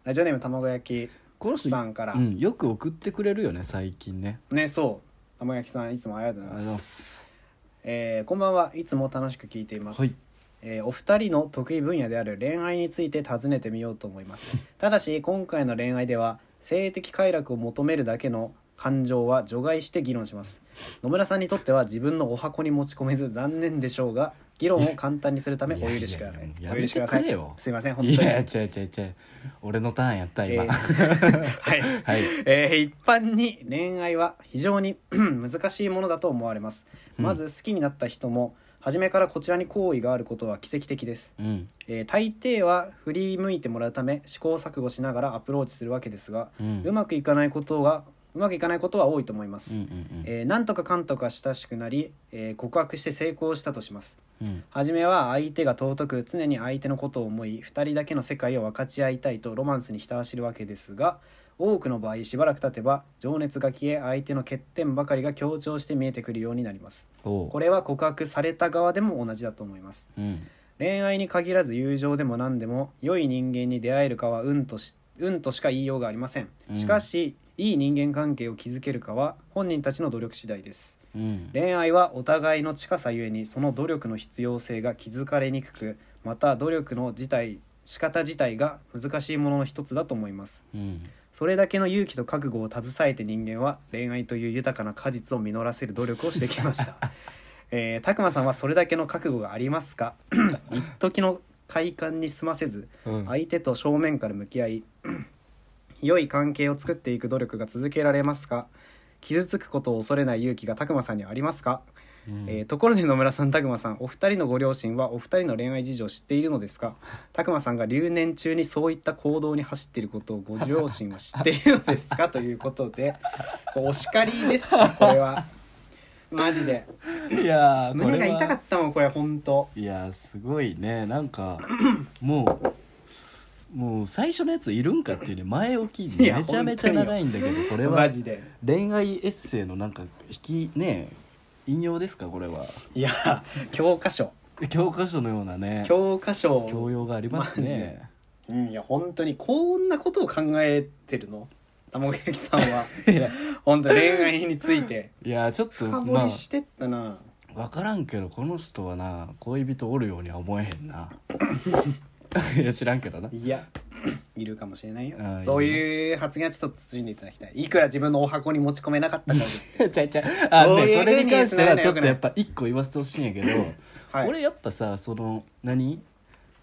Speaker 1: ラジオネーム卵焼
Speaker 2: この
Speaker 1: き
Speaker 2: 人
Speaker 1: さんから、
Speaker 2: うん、よく送ってくれるよね最近ね
Speaker 1: ねそう卵焼きさんいつもありがとう
Speaker 2: あり
Speaker 1: ご
Speaker 2: が
Speaker 1: ざい
Speaker 2: と
Speaker 1: うます
Speaker 2: ございます
Speaker 1: えーこんばんはいつも楽しく聞いています、
Speaker 2: はい
Speaker 1: えーお二人の得意分野である恋愛について尋ねてみようと思います
Speaker 2: [laughs]
Speaker 1: ただし今回の恋愛では性的快楽を求めるだけの感情は除外して議論します野村さんにとっては自分のお箱に持ち込めず残念でしょうが議論を簡単にするためお許しください
Speaker 2: いやいやいや
Speaker 1: お許しくださ
Speaker 2: やめてくれ
Speaker 1: い
Speaker 2: よ
Speaker 1: すいません本当
Speaker 2: い
Speaker 1: に
Speaker 2: や違う違う違う俺のターンやった今、
Speaker 1: えーはい、
Speaker 2: はい
Speaker 1: えー一般に恋愛は非常に [clears throat] 難しいものだと思われます、
Speaker 2: うん
Speaker 1: まず好きになった人も初めからこちらに好意があることは奇跡的です、
Speaker 2: うん
Speaker 1: えー大抵は振り向いてもらうため試行錯誤しながらアプローチするわけですが、
Speaker 2: うん
Speaker 1: うまくいかないことがうまくいかないことは多いと思います、
Speaker 2: うんうん
Speaker 1: えーなんとかかんとか親しくなり、えー告白して成功したとします
Speaker 2: うんうん
Speaker 1: 初めは相手が尊く常に相手のことを思い2人だけの世界を分かち合いたいとロマンスに浸走るわけですが多くの場合しばらく経てば情熱が消え相手の欠点ばかりが強調して見えてくるようになります
Speaker 2: おう
Speaker 1: これは告白された側でも同じだと思います
Speaker 2: うん
Speaker 1: 恋愛に限らず友情でも何でも良い人間に出会えるかは運とし運としか言いようがありません
Speaker 2: うん
Speaker 1: しかし、いい人間関係を築けるかは本人たちの努力次第です
Speaker 2: うん
Speaker 1: 恋愛はお互いの近さゆえにその努力の必要性が気づかれにくくまた努力の自体仕方自体が難しいものの一つだと思います
Speaker 2: うん
Speaker 1: それだけの勇気と覚悟を携えて人間は恋愛という豊かな果実を実らせる努力をしてきま
Speaker 2: [laughs]
Speaker 1: したえー、たくまさんはそれだけの覚悟があります
Speaker 2: [laughs]
Speaker 1: か一時の快感に済ませず
Speaker 2: うん
Speaker 1: 相手と正面から向き合い [clears throat] 良い関係を作っていく努力が続けられますか傷つくことを恐れない勇気がたくまさんにはありますか、
Speaker 2: うん
Speaker 1: えーところで野村さんたくまさんお二人のご両親はお二人の恋愛事情を知っているのです
Speaker 2: [laughs]
Speaker 1: かたくまさんが留年中にそういった行動に走っていることをご両親は知っているのです
Speaker 2: [laughs]
Speaker 1: かということでこうお叱りですこれはマジで
Speaker 2: いやーこ
Speaker 1: 胸
Speaker 2: れ
Speaker 1: が痛か
Speaker 2: は
Speaker 1: ったもんこれ本当
Speaker 2: いやーすごいねなんかもうすもう最初のやついるんかっていうね前置き
Speaker 1: いや
Speaker 2: めちゃめちゃ長いんだけどこれは
Speaker 1: マジで
Speaker 2: 恋愛エッセイのなんか引きね引用ですかこれはい
Speaker 1: や教科書
Speaker 2: 教科書のようなね
Speaker 1: 教科書を
Speaker 2: 教養がありますね
Speaker 1: うん、いや本当にこんなことを考えてるの玉木幸さんは
Speaker 2: [laughs] いや
Speaker 1: 本当恋愛について
Speaker 2: いやちょっと
Speaker 1: 深
Speaker 2: [laughs] ま
Speaker 1: 掘
Speaker 2: あ
Speaker 1: りしてったな、
Speaker 2: 分からんけどこの人はな恋人おるようには思えへ
Speaker 1: [laughs]
Speaker 2: んないや知らんけどない
Speaker 1: や [coughs] いるかもしれないよ
Speaker 2: ああ
Speaker 1: そういう発言はちょっと慎んでいただきたいいくら自分のお箱に持ち込めなかったから
Speaker 2: ちゃいちゃいあ
Speaker 1: そういう
Speaker 2: ね
Speaker 1: ふう
Speaker 2: こ
Speaker 1: に
Speaker 2: れに関してはちょっと
Speaker 1: 言
Speaker 2: や
Speaker 1: う
Speaker 2: っぱ一個言わせてほしいんやけど、
Speaker 1: はい
Speaker 2: 俺やっぱさその何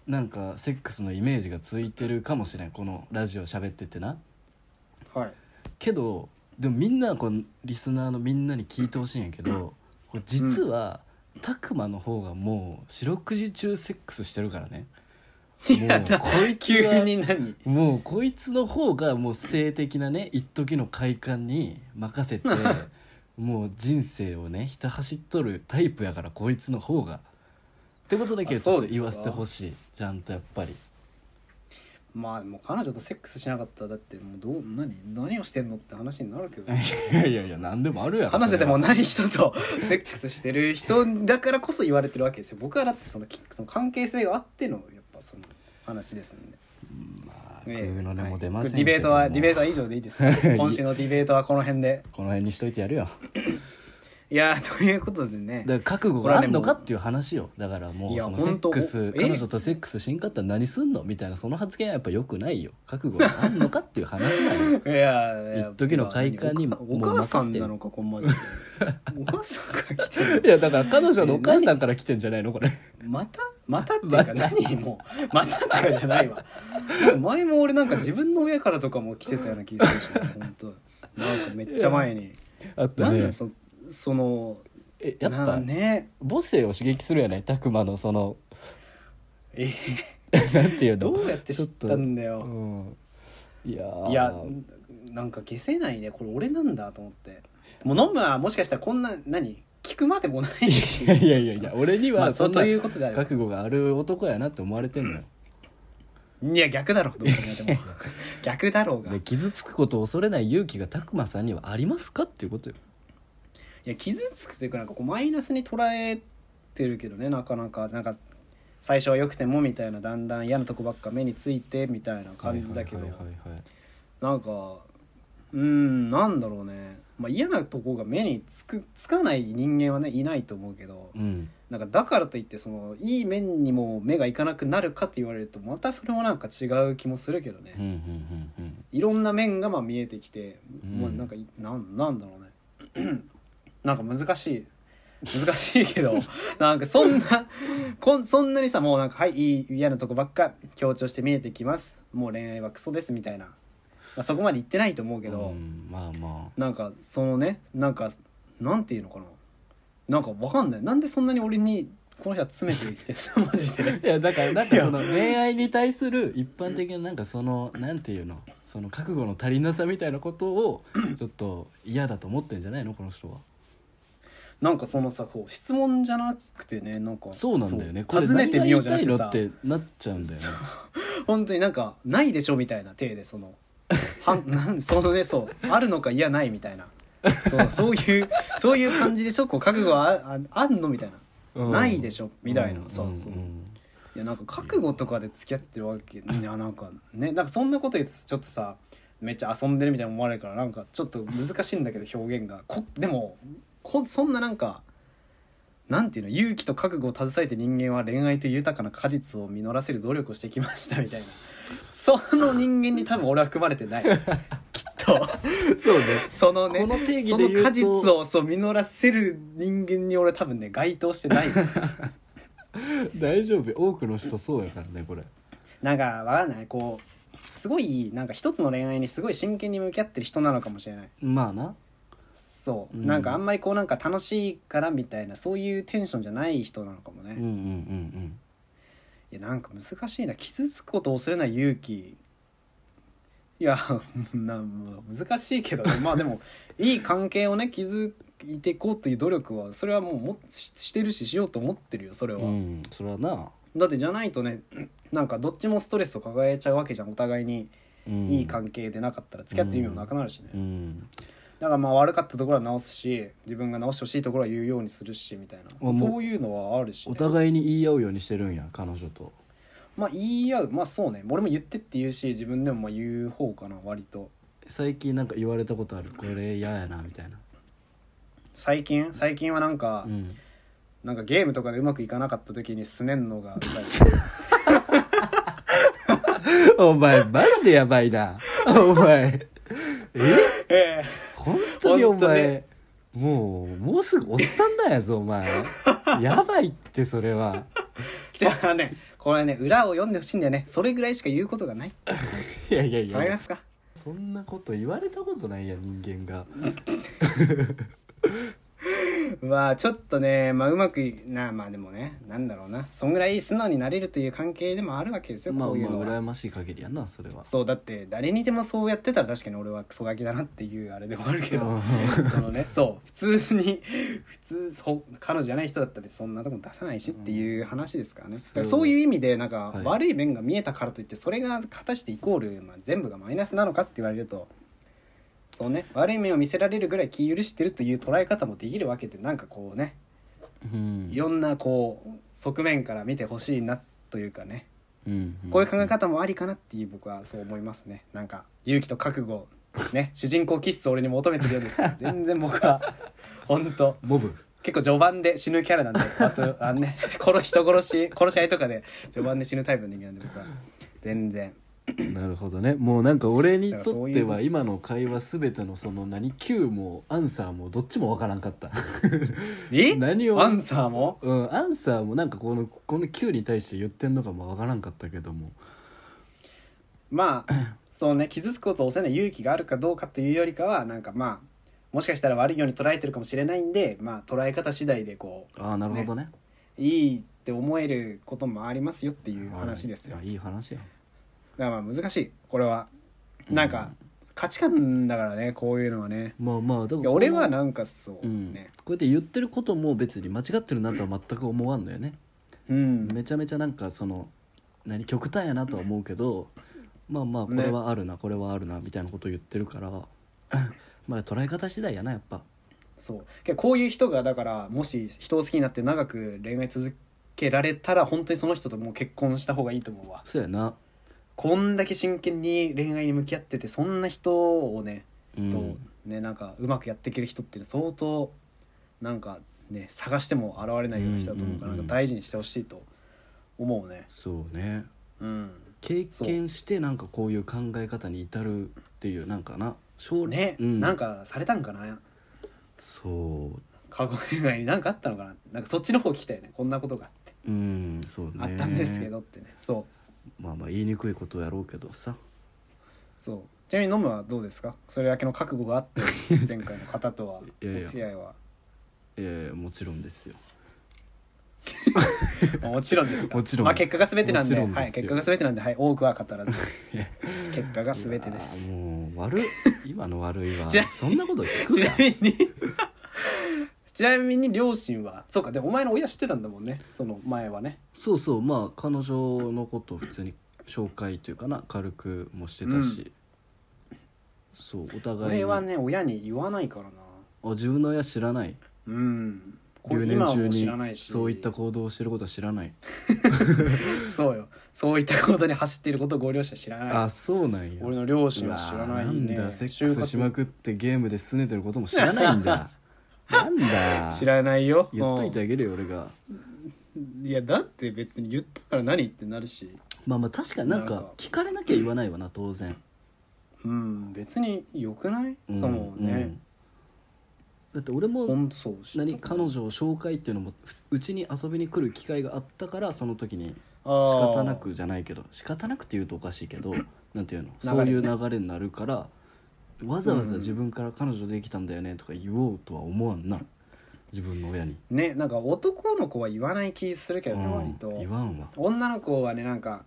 Speaker 2: なんかセックスのイメージがついてるかもしれんこのラジオ喋っててな
Speaker 1: はい
Speaker 2: けどでもみんなこのリスナーのみんなに聞いてほしいんやけどこれ実は、たくまの方がもう四六時中セックスしてるからね
Speaker 1: いや
Speaker 2: もうこいつ
Speaker 1: 急
Speaker 2: は
Speaker 1: に何
Speaker 2: もうこいつの方がもう性的な [laughs] ね一時の快感に任 [laughs] せてもう人生をねひた走っとるタイプやからこいつの方が。ってことだけは
Speaker 1: あ
Speaker 2: ちょっ
Speaker 1: そ
Speaker 2: と
Speaker 1: うですか
Speaker 2: 言わせてほしいちゃんとやっぱり
Speaker 1: まあでも彼女とセックスしなかったらだってもうどう何何をしてんのって話になるけど
Speaker 2: [laughs] いやいやいや何でもあるやろ
Speaker 1: 彼女でも
Speaker 2: な
Speaker 1: ない人と [laughs] セックスしてる人だからこそ言われてるわけですよ僕はだってそのきその関係性があってのやっぱその話ですんで
Speaker 2: まあこう
Speaker 1: ええ
Speaker 2: いうのね
Speaker 1: はい
Speaker 2: もう出ません
Speaker 1: ディベートは
Speaker 2: けど
Speaker 1: ディ
Speaker 2: も
Speaker 1: ベートは以上でいいです
Speaker 2: [laughs]
Speaker 1: 今週のディベートはこの辺で
Speaker 2: この辺にしといてやるよ
Speaker 1: いやーということでね
Speaker 2: だから覚悟があんのかっていう話よだからも
Speaker 1: いうや
Speaker 2: そのセック
Speaker 1: 本
Speaker 2: ス
Speaker 1: 当え
Speaker 2: 彼女とセックスしんかったら何すんのみたいなその発言はやっぱ良くないよ覚悟があんのかっていう話なんよ
Speaker 1: いやーやっぱ
Speaker 2: 一時の快感に
Speaker 1: お
Speaker 2: もう任せて
Speaker 1: 母お母さんなのかこんま
Speaker 2: [laughs]
Speaker 1: でお母さんから来てる
Speaker 2: いやだから彼女のお母さんから来てんじゃないの
Speaker 1: [laughs]
Speaker 2: これ
Speaker 1: またまたっていうか何もうまたっていうかじゃないわなんか前も俺なんか自分の親からとかも来てたような気がするし本当なんかめっちゃ前に、
Speaker 2: あった
Speaker 1: なん
Speaker 2: ね
Speaker 1: だそその
Speaker 2: えやっ
Speaker 1: な
Speaker 2: ぱ
Speaker 1: ね
Speaker 2: 母性を刺激するよね拓磨のその
Speaker 1: えー
Speaker 2: なんていう
Speaker 1: ど
Speaker 2: の
Speaker 1: うやって知ったんだ
Speaker 2: う
Speaker 1: よ
Speaker 2: んいやー
Speaker 1: いやなんか消せないねこれ俺なんだと思ってもう飲むはもしかしたらこんな何聞くまでもない
Speaker 2: [laughs] [laughs] いやいやいやいや俺に
Speaker 1: ま
Speaker 2: は
Speaker 1: あそ
Speaker 2: そん
Speaker 1: う
Speaker 2: な
Speaker 1: ということであれば
Speaker 2: 覚悟がある男やなって思われてんのよ
Speaker 1: いや逆だろうどう考えても [laughs] 逆だろうが
Speaker 2: で傷つくことを恐れない勇気が拓磨さんにはありますかっていうことよ
Speaker 1: いや傷つくというかなんかこうマイナスに捉えてるけどねなかなかなんか最初は良くてもみたいなだんだん嫌なとこばっか目についてみたいな感じだけど、
Speaker 2: はいはいはいはい
Speaker 1: なんかうーんなんだろうね、まあ、嫌なとこが目につくつかない人間はねいないと思うけど
Speaker 2: うん
Speaker 1: なんかだからといってそのいい面にも目がいかなくなるかって言われるとまたそれもなんか違う気もするけどね、
Speaker 2: うんうんうん
Speaker 1: いろんな面がまあ見えてきて、
Speaker 2: うん
Speaker 1: もうなんかいなんなんだろうね [clears throat] なんか難しい難しいけ
Speaker 2: [laughs]
Speaker 1: どなんかそんなこんそんなにさもうなんかはいいい嫌なとこばっか強調して見えてきますもう恋愛はクソですみたいな、まあ、そこまで言ってないと思う
Speaker 2: うん
Speaker 1: けど、
Speaker 2: うんまあまあ
Speaker 1: なんかそのねなんかなんていうのかななんかわかんないなんでそんなに俺にこの人は詰めてきてるの [laughs] マジで
Speaker 2: いやだからなんかその恋愛に対する一般的ななんかそのなんていうのその覚悟の足りなさみたいなことをちょっと嫌だと思ってんじゃないのこの人は
Speaker 1: なんかそのさこう質問じゃなくてねなんか
Speaker 2: そうなんだよね
Speaker 1: こ
Speaker 2: こ
Speaker 1: れ
Speaker 2: れ
Speaker 1: 尋ね
Speaker 2: 何
Speaker 1: て
Speaker 2: が
Speaker 1: み
Speaker 2: 言
Speaker 1: よう
Speaker 2: い
Speaker 1: じゃな
Speaker 2: たいのっ
Speaker 1: くて
Speaker 2: てなっちゃうんだよね
Speaker 1: さ本当になんかないでしょみたいな体でそ
Speaker 2: [laughs]
Speaker 1: のはんなんそのねそうあるのかいやないみたいなそうそういうそういう感じでしょこう覚悟はあああんのみたいな、
Speaker 2: うん
Speaker 1: ないでしょみたいな、
Speaker 2: うん
Speaker 1: そうそううん
Speaker 2: うん
Speaker 1: いやなんか覚悟とかで付き合ってるわけいやなんかねなんかそんなこと言うとちょっとさめっちゃ遊んでるみたいに思われるからなんかちょっと難しいんだけど表現がこでもこそんななんかなんていうの勇気と覚悟を携えて人間は恋愛という豊かな果実を実らせる努力をしてきましたみたいなその人間に多分俺は含まれてない
Speaker 2: [laughs]
Speaker 1: きっと
Speaker 2: そうね
Speaker 1: そのね
Speaker 2: この定義
Speaker 1: そ
Speaker 2: で
Speaker 1: の
Speaker 2: 言うと
Speaker 1: 果実をそう実らせる人間に俺多分ね該当してない
Speaker 2: 大丈夫多くの人そうやからねこれ
Speaker 1: なんかわかんないこうすごいなんか一つの恋愛にすごい真剣に向き合ってる人なのかもしれない
Speaker 2: まあな
Speaker 1: そう、
Speaker 2: うん
Speaker 1: なんかあんまりこうなんか楽しいからみたいなそういうテンションじゃない人なのかもね、
Speaker 2: うんうんう
Speaker 1: いや
Speaker 2: ん
Speaker 1: なんか難しいな傷つくことを恐れない勇気いや [laughs] なん難しいけど、ね、まあでもいい関係をね築いていこうという努力はそれはもうもししてるししようと思ってるよそれは、
Speaker 2: うんうんそれはな、
Speaker 1: だってじゃないとねなんかどっちもストレスを抱えちゃうわけじゃんお互いに
Speaker 2: うん、
Speaker 1: いい関係でなかったら付き合ってる意味もなくなるしね、
Speaker 2: うん
Speaker 1: だからまあ悪かったところは直すし自分が直してほしいところは言うようにするしみたい
Speaker 2: も
Speaker 1: な
Speaker 2: う
Speaker 1: そういうのはあるしね、
Speaker 2: お互いに言い合うようにしてるんや彼女と
Speaker 1: まあ言い合うまあそうね俺も言ってって言うし自分でもまあ言う方かな割と
Speaker 2: 最近なんか言われたことあるこれ嫌やなみたいな、
Speaker 1: 最近最近はなんか、
Speaker 2: うん、
Speaker 1: なんかゲームとかでうまくいかなかった時にすねんのがうざい
Speaker 2: [laughs] お前マジでやばいなお前
Speaker 1: ええ
Speaker 2: 本当にお
Speaker 1: 本当
Speaker 2: 前
Speaker 1: ね
Speaker 2: もうもうすぐおっさんなんやぞお前やばいってそれは
Speaker 1: じゃあねこれね裏を読んでほしいんだよねそれぐらいしか言うことがない
Speaker 2: いやいやい
Speaker 1: わかりま
Speaker 2: や
Speaker 1: すか
Speaker 2: そんなこと言われたことないや人間が
Speaker 1: まあちょっとね、まあ、うまくいなまあでもねなんだろうなそんぐらい素直になれるという関係でもあるわけですよ、
Speaker 2: まあまあ
Speaker 1: こういうのは
Speaker 2: 羨ましい限りやなそれは
Speaker 1: そうだって誰にでもそうやってたら確かに俺はクソガキだなっていうあれでもあるけど
Speaker 2: う
Speaker 1: そのねそう普通に普通そう彼女じゃない人だったらそんなとこ出さないしっていう話ですからね、だからそういう意味でなんか
Speaker 2: はい
Speaker 1: 悪い面が見えたからといってそれが果たしてイコール、まあ、全部がマイナスなのかって言われるとそうね悪い面を見せられるぐらい気許してるという捉え方もできるわけでなんかこうね
Speaker 2: うん
Speaker 1: いろんなこう側面から見てほしいなというかね
Speaker 2: うん
Speaker 1: こういう考え方もありかなっていう僕はそう思いますね。なんか勇気と覚悟
Speaker 2: [laughs]
Speaker 1: ね主人公気質を俺に求めてるようですけど全然僕は本当
Speaker 2: モブ
Speaker 1: 結構序盤で死ぬキャラなんであとあの
Speaker 2: [laughs]
Speaker 1: ね殺人殺し殺し合いとかで序盤で死ぬタイプの人間なんで僕は全然
Speaker 2: なるほどねもうなんか俺に
Speaker 1: だから
Speaker 2: と
Speaker 1: そ
Speaker 2: っ
Speaker 1: う
Speaker 2: て
Speaker 1: いう
Speaker 2: は今の会話全てのその何 Q もアンサーもどっちもわからんかった
Speaker 1: え
Speaker 2: 何を
Speaker 1: アンサーも
Speaker 2: うんアンサーもなんかこのこの Q に対して言ってんのかもわからんかったけども
Speaker 1: まあそうね傷つくことを恐れない勇気があるかどうかというよりかはなんかまあもしかしたら悪いように捉えてるかもしれないんでまあ捉え方次第でこう
Speaker 2: ああなるほどね
Speaker 1: いいって思えることもありますよっていう話ですよ。
Speaker 2: はい
Speaker 1: だ
Speaker 2: いやいい話や
Speaker 1: からまあ難しいこれはなんか価値観だからねこういうのはね。
Speaker 2: まあまあだ
Speaker 1: い
Speaker 2: か
Speaker 1: や
Speaker 2: ら
Speaker 1: 俺は
Speaker 2: この
Speaker 1: なんかそう
Speaker 2: うん
Speaker 1: ね。
Speaker 2: こうやって言ってることも別に間違ってるなとは全く思わんのよね
Speaker 1: うん。
Speaker 2: めちゃめちゃなんかその何極端やなとは思うけどまあまあこれはあるな、これはあるなみたいなことを言ってるからまあ捉え方次第やなやっぱ
Speaker 1: そう。けどこういう人がだからもし人を好きになって長く恋愛続けられたら本当にその人ともう結婚した方がいいと思うわ。
Speaker 2: そうやな
Speaker 1: こんだけ真剣に恋愛に向き合っててそんな人をね
Speaker 2: う
Speaker 1: と
Speaker 2: ん
Speaker 1: ねなんかうまくやっていける人っていうのは相当なんかね探しても現れないような人だと思うから
Speaker 2: うんうんう
Speaker 1: なん
Speaker 2: ん
Speaker 1: か大事にしてほしいと思うね。
Speaker 2: そうね
Speaker 1: うん、
Speaker 2: 経験してなんかこういう考え方に至るっていうなんかな将
Speaker 1: ね、
Speaker 2: うん、
Speaker 1: なんかされたんかな
Speaker 2: そ
Speaker 1: 過去恋愛に何かあったのかななんかそっちの方聞きたよねこんなことがあって、
Speaker 2: ううんそうね
Speaker 1: あったんですけどってねそ
Speaker 2: まあまあ言いにくいことやろうけどさ
Speaker 1: うそうちなみに飲むはどうですかそれだけの覚悟があ
Speaker 2: [laughs]
Speaker 1: って前回の方とはいお
Speaker 2: やいや
Speaker 1: 付き合いは
Speaker 2: えー、もちろんですよ
Speaker 1: もちろんですか
Speaker 2: もちろん
Speaker 1: まあ、結果が全てなん
Speaker 2: [laughs] も
Speaker 1: で
Speaker 2: ちろんですよ [laughs]
Speaker 1: はい、結果が全てなんで、はい、多くは語らず結果が全てです
Speaker 2: いやーもう悪い今の
Speaker 1: [laughs]
Speaker 2: 悪いは
Speaker 1: ちなみ
Speaker 2: そんなこと聞く
Speaker 1: ちな
Speaker 2: か
Speaker 1: みに [laughs] ちなみに両親はそうかでお前の親知ってたんだもんねその前はね
Speaker 2: そうそうまあ彼女のことを普通に紹介というかな軽くもしてたし、そうお互い
Speaker 1: 俺
Speaker 2: に
Speaker 1: はね親に言わないからな
Speaker 2: あ自分の親知らない
Speaker 1: うんこ
Speaker 2: 留
Speaker 1: れ
Speaker 2: 年
Speaker 1: 今はも
Speaker 2: 中
Speaker 1: う知らない
Speaker 2: に
Speaker 1: し
Speaker 2: そういった行動をしてることは知らない
Speaker 1: そうよそういったことに走っていることをご両親は知らな
Speaker 2: あ
Speaker 1: い
Speaker 2: そうなんや
Speaker 1: 俺の両親
Speaker 2: う
Speaker 1: は
Speaker 2: わ
Speaker 1: 知らない
Speaker 2: なん
Speaker 1: ね
Speaker 2: だセッ
Speaker 1: 就
Speaker 2: クス
Speaker 1: 活
Speaker 2: しまくってゲームで拗ねてることも知らないんだなんだ
Speaker 1: [laughs] 知らないよ
Speaker 2: 言っといて
Speaker 1: う
Speaker 2: あげるよ俺が
Speaker 1: んいやだって別に言ったから何ってなるし
Speaker 2: まあまあ確かになん
Speaker 1: なん
Speaker 2: か
Speaker 1: か
Speaker 2: 聞かれなきゃ言わないわな当然、
Speaker 1: うん別によくない、
Speaker 2: うん
Speaker 1: そのね、
Speaker 2: うんだって俺も
Speaker 1: ほんとそう知った
Speaker 2: 何彼女を紹介っていうのもふうちに遊びに来る機会があったからその時に
Speaker 1: あー
Speaker 2: 仕方なくじゃないけど仕方なくって言うとおかしいけ
Speaker 1: [clears throat]
Speaker 2: どなんていうの、
Speaker 1: 流
Speaker 2: そ
Speaker 1: れ
Speaker 2: う
Speaker 1: ね
Speaker 2: いう流れになるからわざわざ自分から彼女できたんだよねとか言おうとは思わんな自分の親に、
Speaker 1: ねなんか男の子は言わない気するけどね割
Speaker 2: うん言
Speaker 1: と
Speaker 2: わんわ
Speaker 1: 女の子はねなんか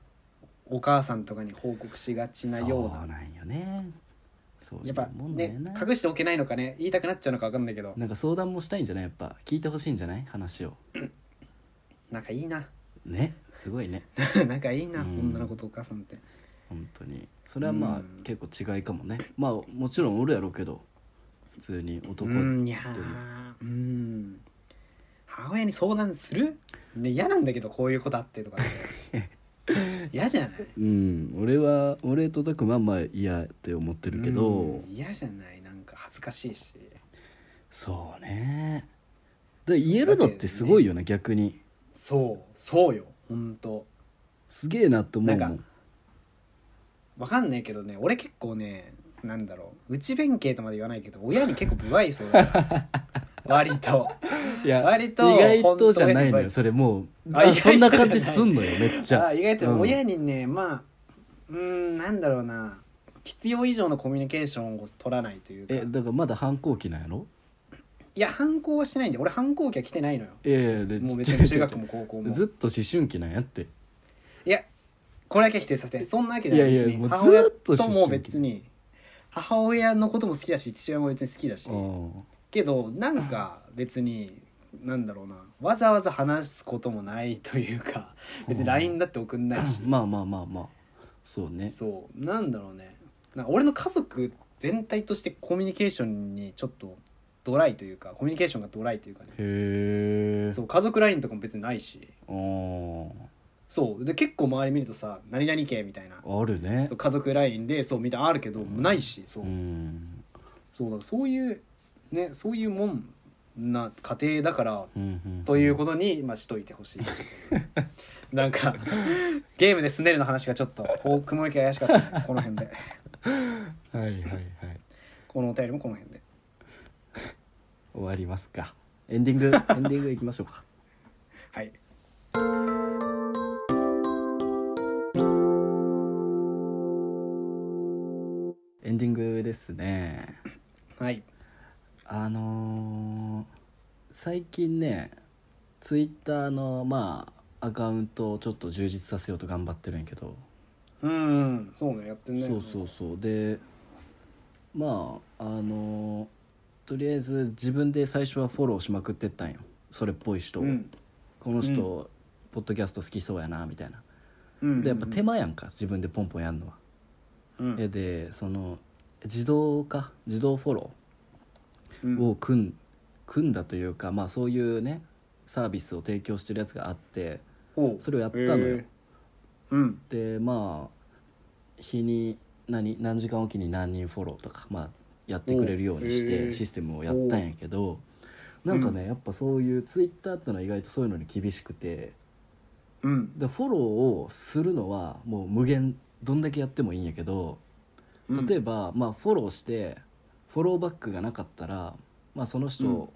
Speaker 1: お母さんとかに報告しがちなよう
Speaker 2: そう
Speaker 1: な
Speaker 2: なんよねそうい
Speaker 1: や
Speaker 2: う
Speaker 1: っぱ
Speaker 2: もんだよ
Speaker 1: ね
Speaker 2: な
Speaker 1: 隠しておけないのかね言いたくなっちゃうのか分かんないけど
Speaker 2: なんか相談もしたいんじゃないやっぱ聞いてほしいんじゃない話を
Speaker 1: なんかいいな
Speaker 2: ねすごいね
Speaker 1: なんかいいな、
Speaker 2: うん
Speaker 1: 女の子とお母さんって
Speaker 2: 本当にそれはまあ、
Speaker 1: うん
Speaker 2: 結構違いかもねまあもちろんおるやろうけど普通に男で
Speaker 1: うんいやーうん母親に相談する、ね、嫌なんだけどこういうことあってとかって
Speaker 2: [laughs]
Speaker 1: 嫌じゃない
Speaker 2: うん俺は俺とたくまはまあ嫌って思ってるけど、
Speaker 1: うん嫌じゃないなんか恥ずかしいし
Speaker 2: そうねで言えるのってすごいよね逆に
Speaker 1: そうそうよほんと
Speaker 2: すげえなって思うも
Speaker 1: なんんわかんないけどね俺結構ねなんだろう内弁慶とまで言わないけど親に結構不愛想
Speaker 2: [laughs]
Speaker 1: だから割と
Speaker 2: いや
Speaker 1: 割と
Speaker 2: 意外とじゃないの
Speaker 1: 本当
Speaker 2: よ
Speaker 1: に
Speaker 2: それもう
Speaker 1: あ
Speaker 2: あ
Speaker 1: 意外と
Speaker 2: そんな感じすんのよめっち
Speaker 1: あ
Speaker 2: ゃ
Speaker 1: 意外
Speaker 2: う
Speaker 1: と
Speaker 2: ん
Speaker 1: 親にね、まあうーんなんだろうな必要以上のコミュニケーションを取らないというか
Speaker 2: えだからまだ反抗期なんやろ
Speaker 1: いや反抗はしてないんで俺反抗期は来てないのよ
Speaker 2: ええで
Speaker 1: もう別
Speaker 2: ちょ
Speaker 1: に
Speaker 2: ちょ
Speaker 1: 中学
Speaker 2: ちょ
Speaker 1: も高校も
Speaker 2: ずっと思春期なんやって
Speaker 1: いやこれだけは否定させてそんなわけじゃない
Speaker 2: いやい
Speaker 1: 別に
Speaker 2: やもう
Speaker 1: 母親
Speaker 2: ずっと思春期
Speaker 1: もう別に母親のことも好きだし父親も別に好きだし
Speaker 2: うん
Speaker 1: けどなんか別になんだろうなわざわざ話すこともないというか別
Speaker 2: う
Speaker 1: に
Speaker 2: ん
Speaker 1: LINE だって送んないし
Speaker 2: まあまあまあまあそうね
Speaker 1: そうなんだろうねなんか俺の家族全体としてコミュニケーションにちょっとドライというかコミュニケーションがドライというかね
Speaker 2: へえ
Speaker 1: そう家族 LINE とかも別にないし
Speaker 2: あ
Speaker 1: そうで結構周り見るとさ「何々家」みたいな
Speaker 2: あるね
Speaker 1: そう家族 LINE でそうみたいなのあるけどないしそう,、
Speaker 2: うん
Speaker 1: そうだからそういうねそういうもんな家庭だから
Speaker 2: うんうん
Speaker 1: ということに、まあ、しといてほしい
Speaker 2: [laughs]
Speaker 1: なんかゲームでスネルの話がちょっとお雲行き怪しかったねこの
Speaker 2: [laughs]
Speaker 1: 辺で
Speaker 2: はいはいはい
Speaker 1: このお便りもこの辺で
Speaker 2: 終わりますかエンディ
Speaker 1: [laughs]
Speaker 2: ングエンディングいきましょうか
Speaker 1: はい
Speaker 2: エンディングですね
Speaker 1: はい
Speaker 2: あのー最近ねツイッターのまあアカウントをちょっと充実させようと頑張ってるんやけど、
Speaker 1: うんそうねやってんね
Speaker 2: そうそうそうでまああのーとりあえず自分で最初はフォローしまくってったんよそれっぽい人を、
Speaker 1: うん
Speaker 2: この人、
Speaker 1: う
Speaker 2: ポッドキャスト好きそうやなみたいな
Speaker 1: うん
Speaker 2: でやっぱ手間やんか自分でポンポンやんのは
Speaker 1: うん
Speaker 2: えでその自動化自動フォロ
Speaker 1: うん
Speaker 2: ーを組ん組んだというか、まあ、そういうねサービスを提供してるやつがあって
Speaker 1: ほう
Speaker 2: それをやったのよ
Speaker 1: へえうん
Speaker 2: でまあ日に何何時間おきに何人フォローとか、まあ、やってくれるようにし
Speaker 1: おうへ
Speaker 2: て
Speaker 1: え
Speaker 2: システムをやったんやけどなんかね、やっぱそういうツイッターってのは意外とそういうのに厳しくて
Speaker 1: うん
Speaker 2: でフォローをするのはもう無限どんだけやってもいいんやけど
Speaker 1: うん
Speaker 2: 例えば、まあ、フォローしてフォローバックがなかったら、まあ、その人を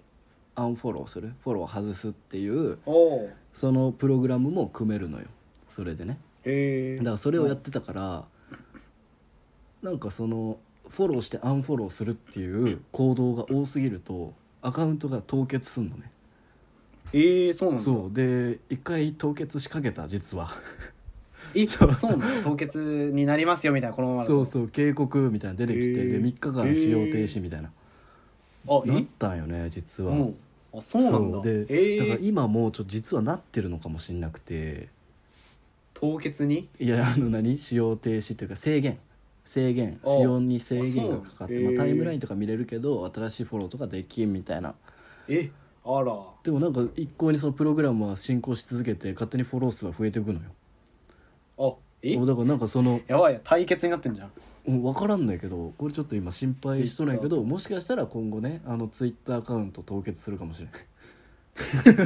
Speaker 2: アンフォローする、フォロー外すっていう
Speaker 1: おう
Speaker 2: そのプログラムも組めるのよそれでね
Speaker 1: へえ
Speaker 2: だからそれをやってたから、なんかそのフォローしてアンフォローするっていう行動が多すぎるとアカウントが凍結すんのね、
Speaker 1: ええそうなんだ
Speaker 2: そうで一回凍結しかけた実は
Speaker 1: え
Speaker 2: そう
Speaker 1: そうなの凍結になりますよみたいなこのままだ
Speaker 2: そ
Speaker 1: と
Speaker 2: うそう警告みたいなの出てきて、
Speaker 1: へー
Speaker 2: で3日間使用停止みたいな、
Speaker 1: あ
Speaker 2: な
Speaker 1: え
Speaker 2: ったんよね実は、
Speaker 1: もうあそうなんだ
Speaker 2: で、
Speaker 1: え
Speaker 2: だから
Speaker 1: ー、
Speaker 2: 今もうちょっと実はなってるのかもしれなくて
Speaker 1: 凍結に
Speaker 2: いやあの何使用停止というか制限制限
Speaker 1: あ
Speaker 2: 使用に制限がかかって
Speaker 1: あそう
Speaker 2: ま
Speaker 1: へ
Speaker 2: あ、
Speaker 1: ー
Speaker 2: タイムラインとか見れるけど新しいフォローとかできんみたいな
Speaker 1: えあら
Speaker 2: でもなんか一向にそのプログラムは進行し続けて勝手にフォロー数は増えていくのよ
Speaker 1: あえ
Speaker 2: おだからなんかその
Speaker 1: やばいよ対決になってんじゃん
Speaker 2: 分からんないけどこれちょっと今心配しとないけどもしかしたら今後ねあのツイッターアカウント凍結する
Speaker 1: [laughs]
Speaker 2: かもしれない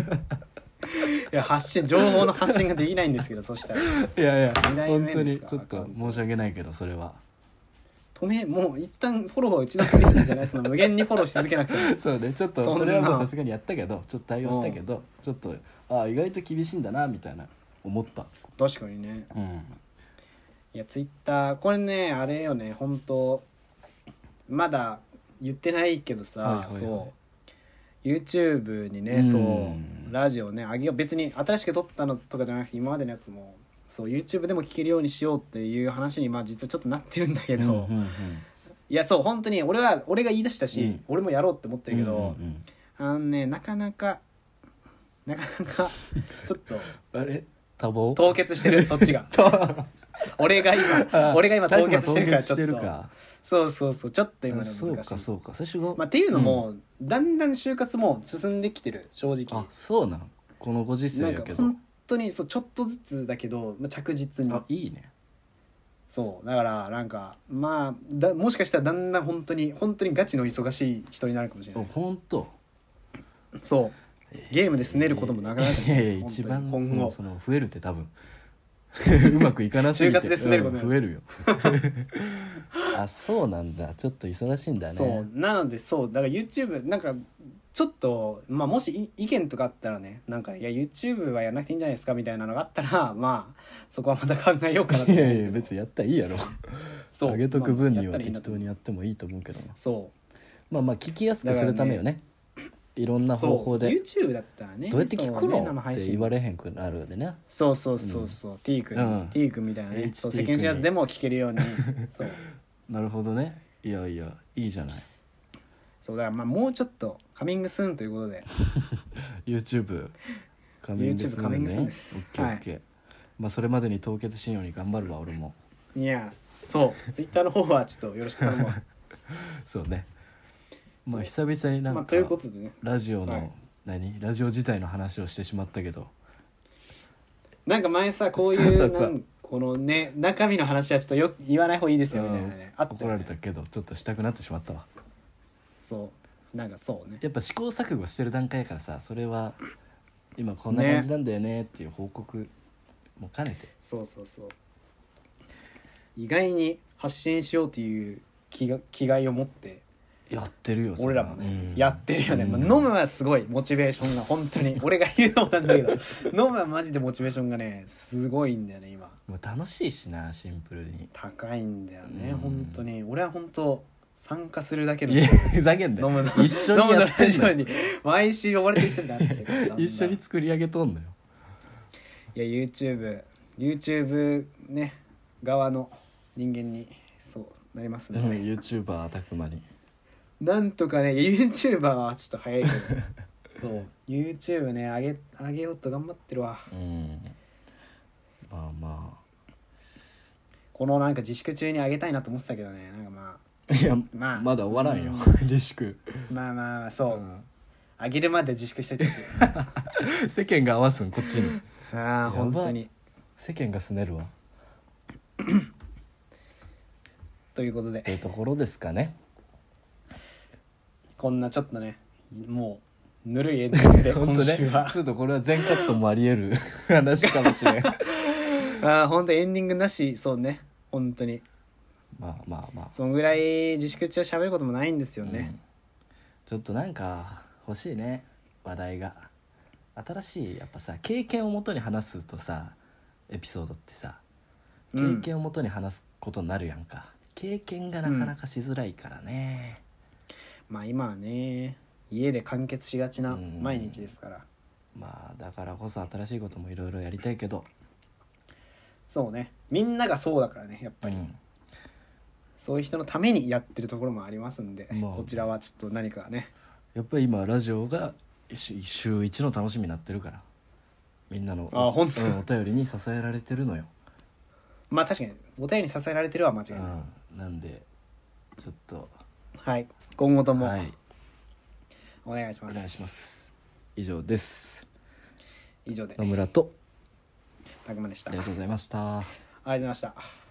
Speaker 1: いや発信情報の発信ができないんですけどそしたら
Speaker 2: いやいや
Speaker 1: 二代
Speaker 2: 本
Speaker 1: 目ですか
Speaker 2: 当にちょっと申し訳ないけどそれは
Speaker 1: 止めもう一旦フォローは打ちなくていいんじゃないその無限にフォローし続けなくても
Speaker 2: [laughs] そうねちょっと
Speaker 1: そんな
Speaker 2: それはもうさすがにやったけどちょっと対応したけどちょっとああ意外と厳しいんだなみたいな思った
Speaker 1: 確かにね
Speaker 2: うん
Speaker 1: いやツイッターこれねあれよね本当まだ言ってないけどさ、
Speaker 2: はいはいはい
Speaker 1: そう YouTube にね、
Speaker 2: うん
Speaker 1: そうラジオね上げよう別に新しく撮ったのとかじゃなくて今までのやつもそう YouTube でも聞けるようにしようっていう話にまあ実はちょっとなってるんだけ
Speaker 2: け
Speaker 1: ど、
Speaker 2: うんうん
Speaker 1: いやそう本当に俺は俺が言い出したし、
Speaker 2: うん
Speaker 1: 俺もやろうって思ってるけど、
Speaker 2: うんうん
Speaker 1: あのねなかなかなかなかちょっと
Speaker 2: うんあれ多忙
Speaker 1: 凍結してるそっちが俺が今俺が今凍結してるからちょっとそうそうそうちょっと今の
Speaker 2: あ
Speaker 1: 難しい
Speaker 2: そうかそうか最初が、
Speaker 1: まあ、っていうのも、だんだん就活も進んできてる正直
Speaker 2: あそうなんこのご時世
Speaker 1: なん
Speaker 2: や
Speaker 1: か
Speaker 2: けど
Speaker 1: 本当にそうちょっとずつだけど、まあ、着実に
Speaker 2: あいいね
Speaker 1: そうだからなんかまあだもしかしたらだんだん本当に本当にガチの忙しい人になるかもしれ
Speaker 2: あ
Speaker 1: ない
Speaker 2: 本当
Speaker 1: そうゲームで拗ねることもなかなか
Speaker 2: いやいや一番
Speaker 1: 本当に
Speaker 2: そ
Speaker 1: 今
Speaker 2: の
Speaker 1: 後
Speaker 2: その増えるって多分 [laughs] うまくいかなすぎて
Speaker 1: 就活で進めること
Speaker 2: う
Speaker 1: に
Speaker 2: ん増
Speaker 1: な
Speaker 2: えるよ [laughs] あそうなんだちょっと忙しいんだね
Speaker 1: そうなのでそうだから YouTube なんかちょっと、まあ、もしい意見とかあったらねなんかいや YouTube はやらなくていいんじゃないですかみたいなのがあったら [laughs] まあそこはまた考えようかなと
Speaker 2: い
Speaker 1: 思う
Speaker 2: やいや別にやったらいいやろ
Speaker 1: そう
Speaker 2: 上げとく分に
Speaker 1: まあや
Speaker 2: は
Speaker 1: ったらいい
Speaker 2: 適
Speaker 1: なと
Speaker 2: 当
Speaker 1: 思う
Speaker 2: にやってもいいと思うけどな
Speaker 1: そ
Speaker 2: まあまあ聞きやすくするためよねいろんな
Speaker 1: う
Speaker 2: 方法で
Speaker 1: そう YouTube だったらね
Speaker 2: どうやって聞く
Speaker 1: そうね
Speaker 2: の
Speaker 1: 生
Speaker 2: っ
Speaker 1: 配
Speaker 2: て
Speaker 1: 信
Speaker 2: 言われへんくなるでね
Speaker 1: そうそうそうそう、T 君、
Speaker 2: うん
Speaker 1: T 君みたいなね
Speaker 2: H
Speaker 1: そう
Speaker 2: T
Speaker 1: 世
Speaker 2: 君
Speaker 1: 間知らずでも聞けるよう
Speaker 2: [laughs]
Speaker 1: にそう
Speaker 2: なるほどねいやいやいいじゃない
Speaker 1: そうだからまあもうちょっとカミングスーンということで
Speaker 2: YouTube カミングス
Speaker 1: YouTube カミングスーン
Speaker 2: ね
Speaker 1: で
Speaker 2: オッ
Speaker 1: す
Speaker 2: ケーオッケーまあそれまでに凍結しんように頑張るわ俺も
Speaker 1: いやそう Twitter の方はちょっとよろしく頼むわ、
Speaker 2: そうねまあ久々に [laughs] な
Speaker 1: まあ、
Speaker 2: ん
Speaker 1: と
Speaker 2: か
Speaker 1: いうことでね
Speaker 2: ラジオの、
Speaker 1: はい
Speaker 2: 何ラジオ自体の話をしてしまったけど
Speaker 1: なんか前さこういう
Speaker 2: そうそうそう
Speaker 1: なんこのね中身の話はちょっとよく言わない方がいいですよみたいなねあった
Speaker 2: 怒
Speaker 1: よ
Speaker 2: ら
Speaker 1: ね
Speaker 2: れたけどちょっとしたくなってしまったわ
Speaker 1: そうなんかそうね
Speaker 2: やっぱ試行錯誤してる段階やからさそれは今こんな感じなんだよねっていう報告も兼ねて
Speaker 1: そうそうそう意外に発信しようという気が気概を持って
Speaker 2: やってるよそ
Speaker 1: 俺
Speaker 2: れ
Speaker 1: ら
Speaker 2: は
Speaker 1: も
Speaker 2: う
Speaker 1: ね
Speaker 2: ん
Speaker 1: やってるよね、まあ、
Speaker 2: うん
Speaker 1: 飲むはすごいモチベーションが本当に俺が言うのもなん
Speaker 2: [laughs]
Speaker 1: だけど飲むはマジでモチベーションがねすごいんだよね今
Speaker 2: もう楽しいしなシンプルに
Speaker 1: 高いんだよね
Speaker 2: うん
Speaker 1: 本当に俺は本当参加するだけの
Speaker 2: いやふざけんな
Speaker 1: 飲む
Speaker 2: よ
Speaker 1: の
Speaker 2: 一緒に
Speaker 1: 飲む
Speaker 2: やってんの
Speaker 1: のラジオに毎週呼ばれてきてんだってだんだん
Speaker 2: [laughs] 一緒に作り上げとんのよ
Speaker 1: いや YouTubeYouTube ね側の人間にそうなります
Speaker 2: うん
Speaker 1: ね、
Speaker 2: YouTuber たくまに
Speaker 1: なんとかね YouTuber はちょっと早いけど
Speaker 2: [laughs]
Speaker 1: そう YouTube ね上げ上げようと頑張ってるわ
Speaker 2: うんまあま
Speaker 1: このなんか自粛中に上げたいなと思ってたけどねなんかま
Speaker 2: あいや
Speaker 1: あまあ
Speaker 2: まだ終わらんよ、
Speaker 1: う
Speaker 2: 自粛、
Speaker 1: まあまあまあそう、
Speaker 2: うん
Speaker 1: 上げるまで自粛しといてほしい
Speaker 2: 世間が合わすんこっちに
Speaker 1: ああ
Speaker 2: [laughs] やばい
Speaker 1: 本当に
Speaker 2: 世間がすねるわ
Speaker 1: ということで
Speaker 2: というところですかね
Speaker 1: こんなちょっとねもうぬるいエンディン [laughs] グで
Speaker 2: 本当
Speaker 1: 今
Speaker 2: ね
Speaker 1: 週は、
Speaker 2: ちょっとこれは全カットもあり得る話かもし
Speaker 1: [laughs]
Speaker 2: れん
Speaker 1: ああ本当エンディングなしそうね本当に
Speaker 2: まあまあまあ
Speaker 1: そのぐらい自粛中は喋ることもないんですよ
Speaker 2: う
Speaker 1: ね
Speaker 2: ん、ちょっとなんか欲しいね話題が新しいやっぱさ経験をもとに話すとさエピソードってさ
Speaker 1: うん
Speaker 2: 経験をもとに話すことになるやんか、経験がなかなかしづらいからね、
Speaker 1: まあ今はね家で完結しがちな
Speaker 2: うん
Speaker 1: 毎日ですから、
Speaker 2: まあだからこそ新しいこともいろいろやりたいけど
Speaker 1: そうねみんながそうだからねやっぱり、そういう人のためにやってるところもありますんで、
Speaker 2: まあ
Speaker 1: こちらはちょっと何かね
Speaker 2: やっぱり今ラジオが週週一の楽しみになってるからみんなの
Speaker 1: あ本当
Speaker 2: うんお便りに支えられてるのよ、
Speaker 1: まあ確かにお便りに支えられてるは間違いうない、
Speaker 2: ん、なんでちょっと
Speaker 1: はい今後とも
Speaker 2: はい
Speaker 1: お願いしま
Speaker 2: お
Speaker 1: す、
Speaker 2: 願いします以上です
Speaker 1: 以上で
Speaker 2: 野村と
Speaker 1: たくまでしたあ
Speaker 2: あり
Speaker 1: りがと
Speaker 2: がとうございました
Speaker 1: うございました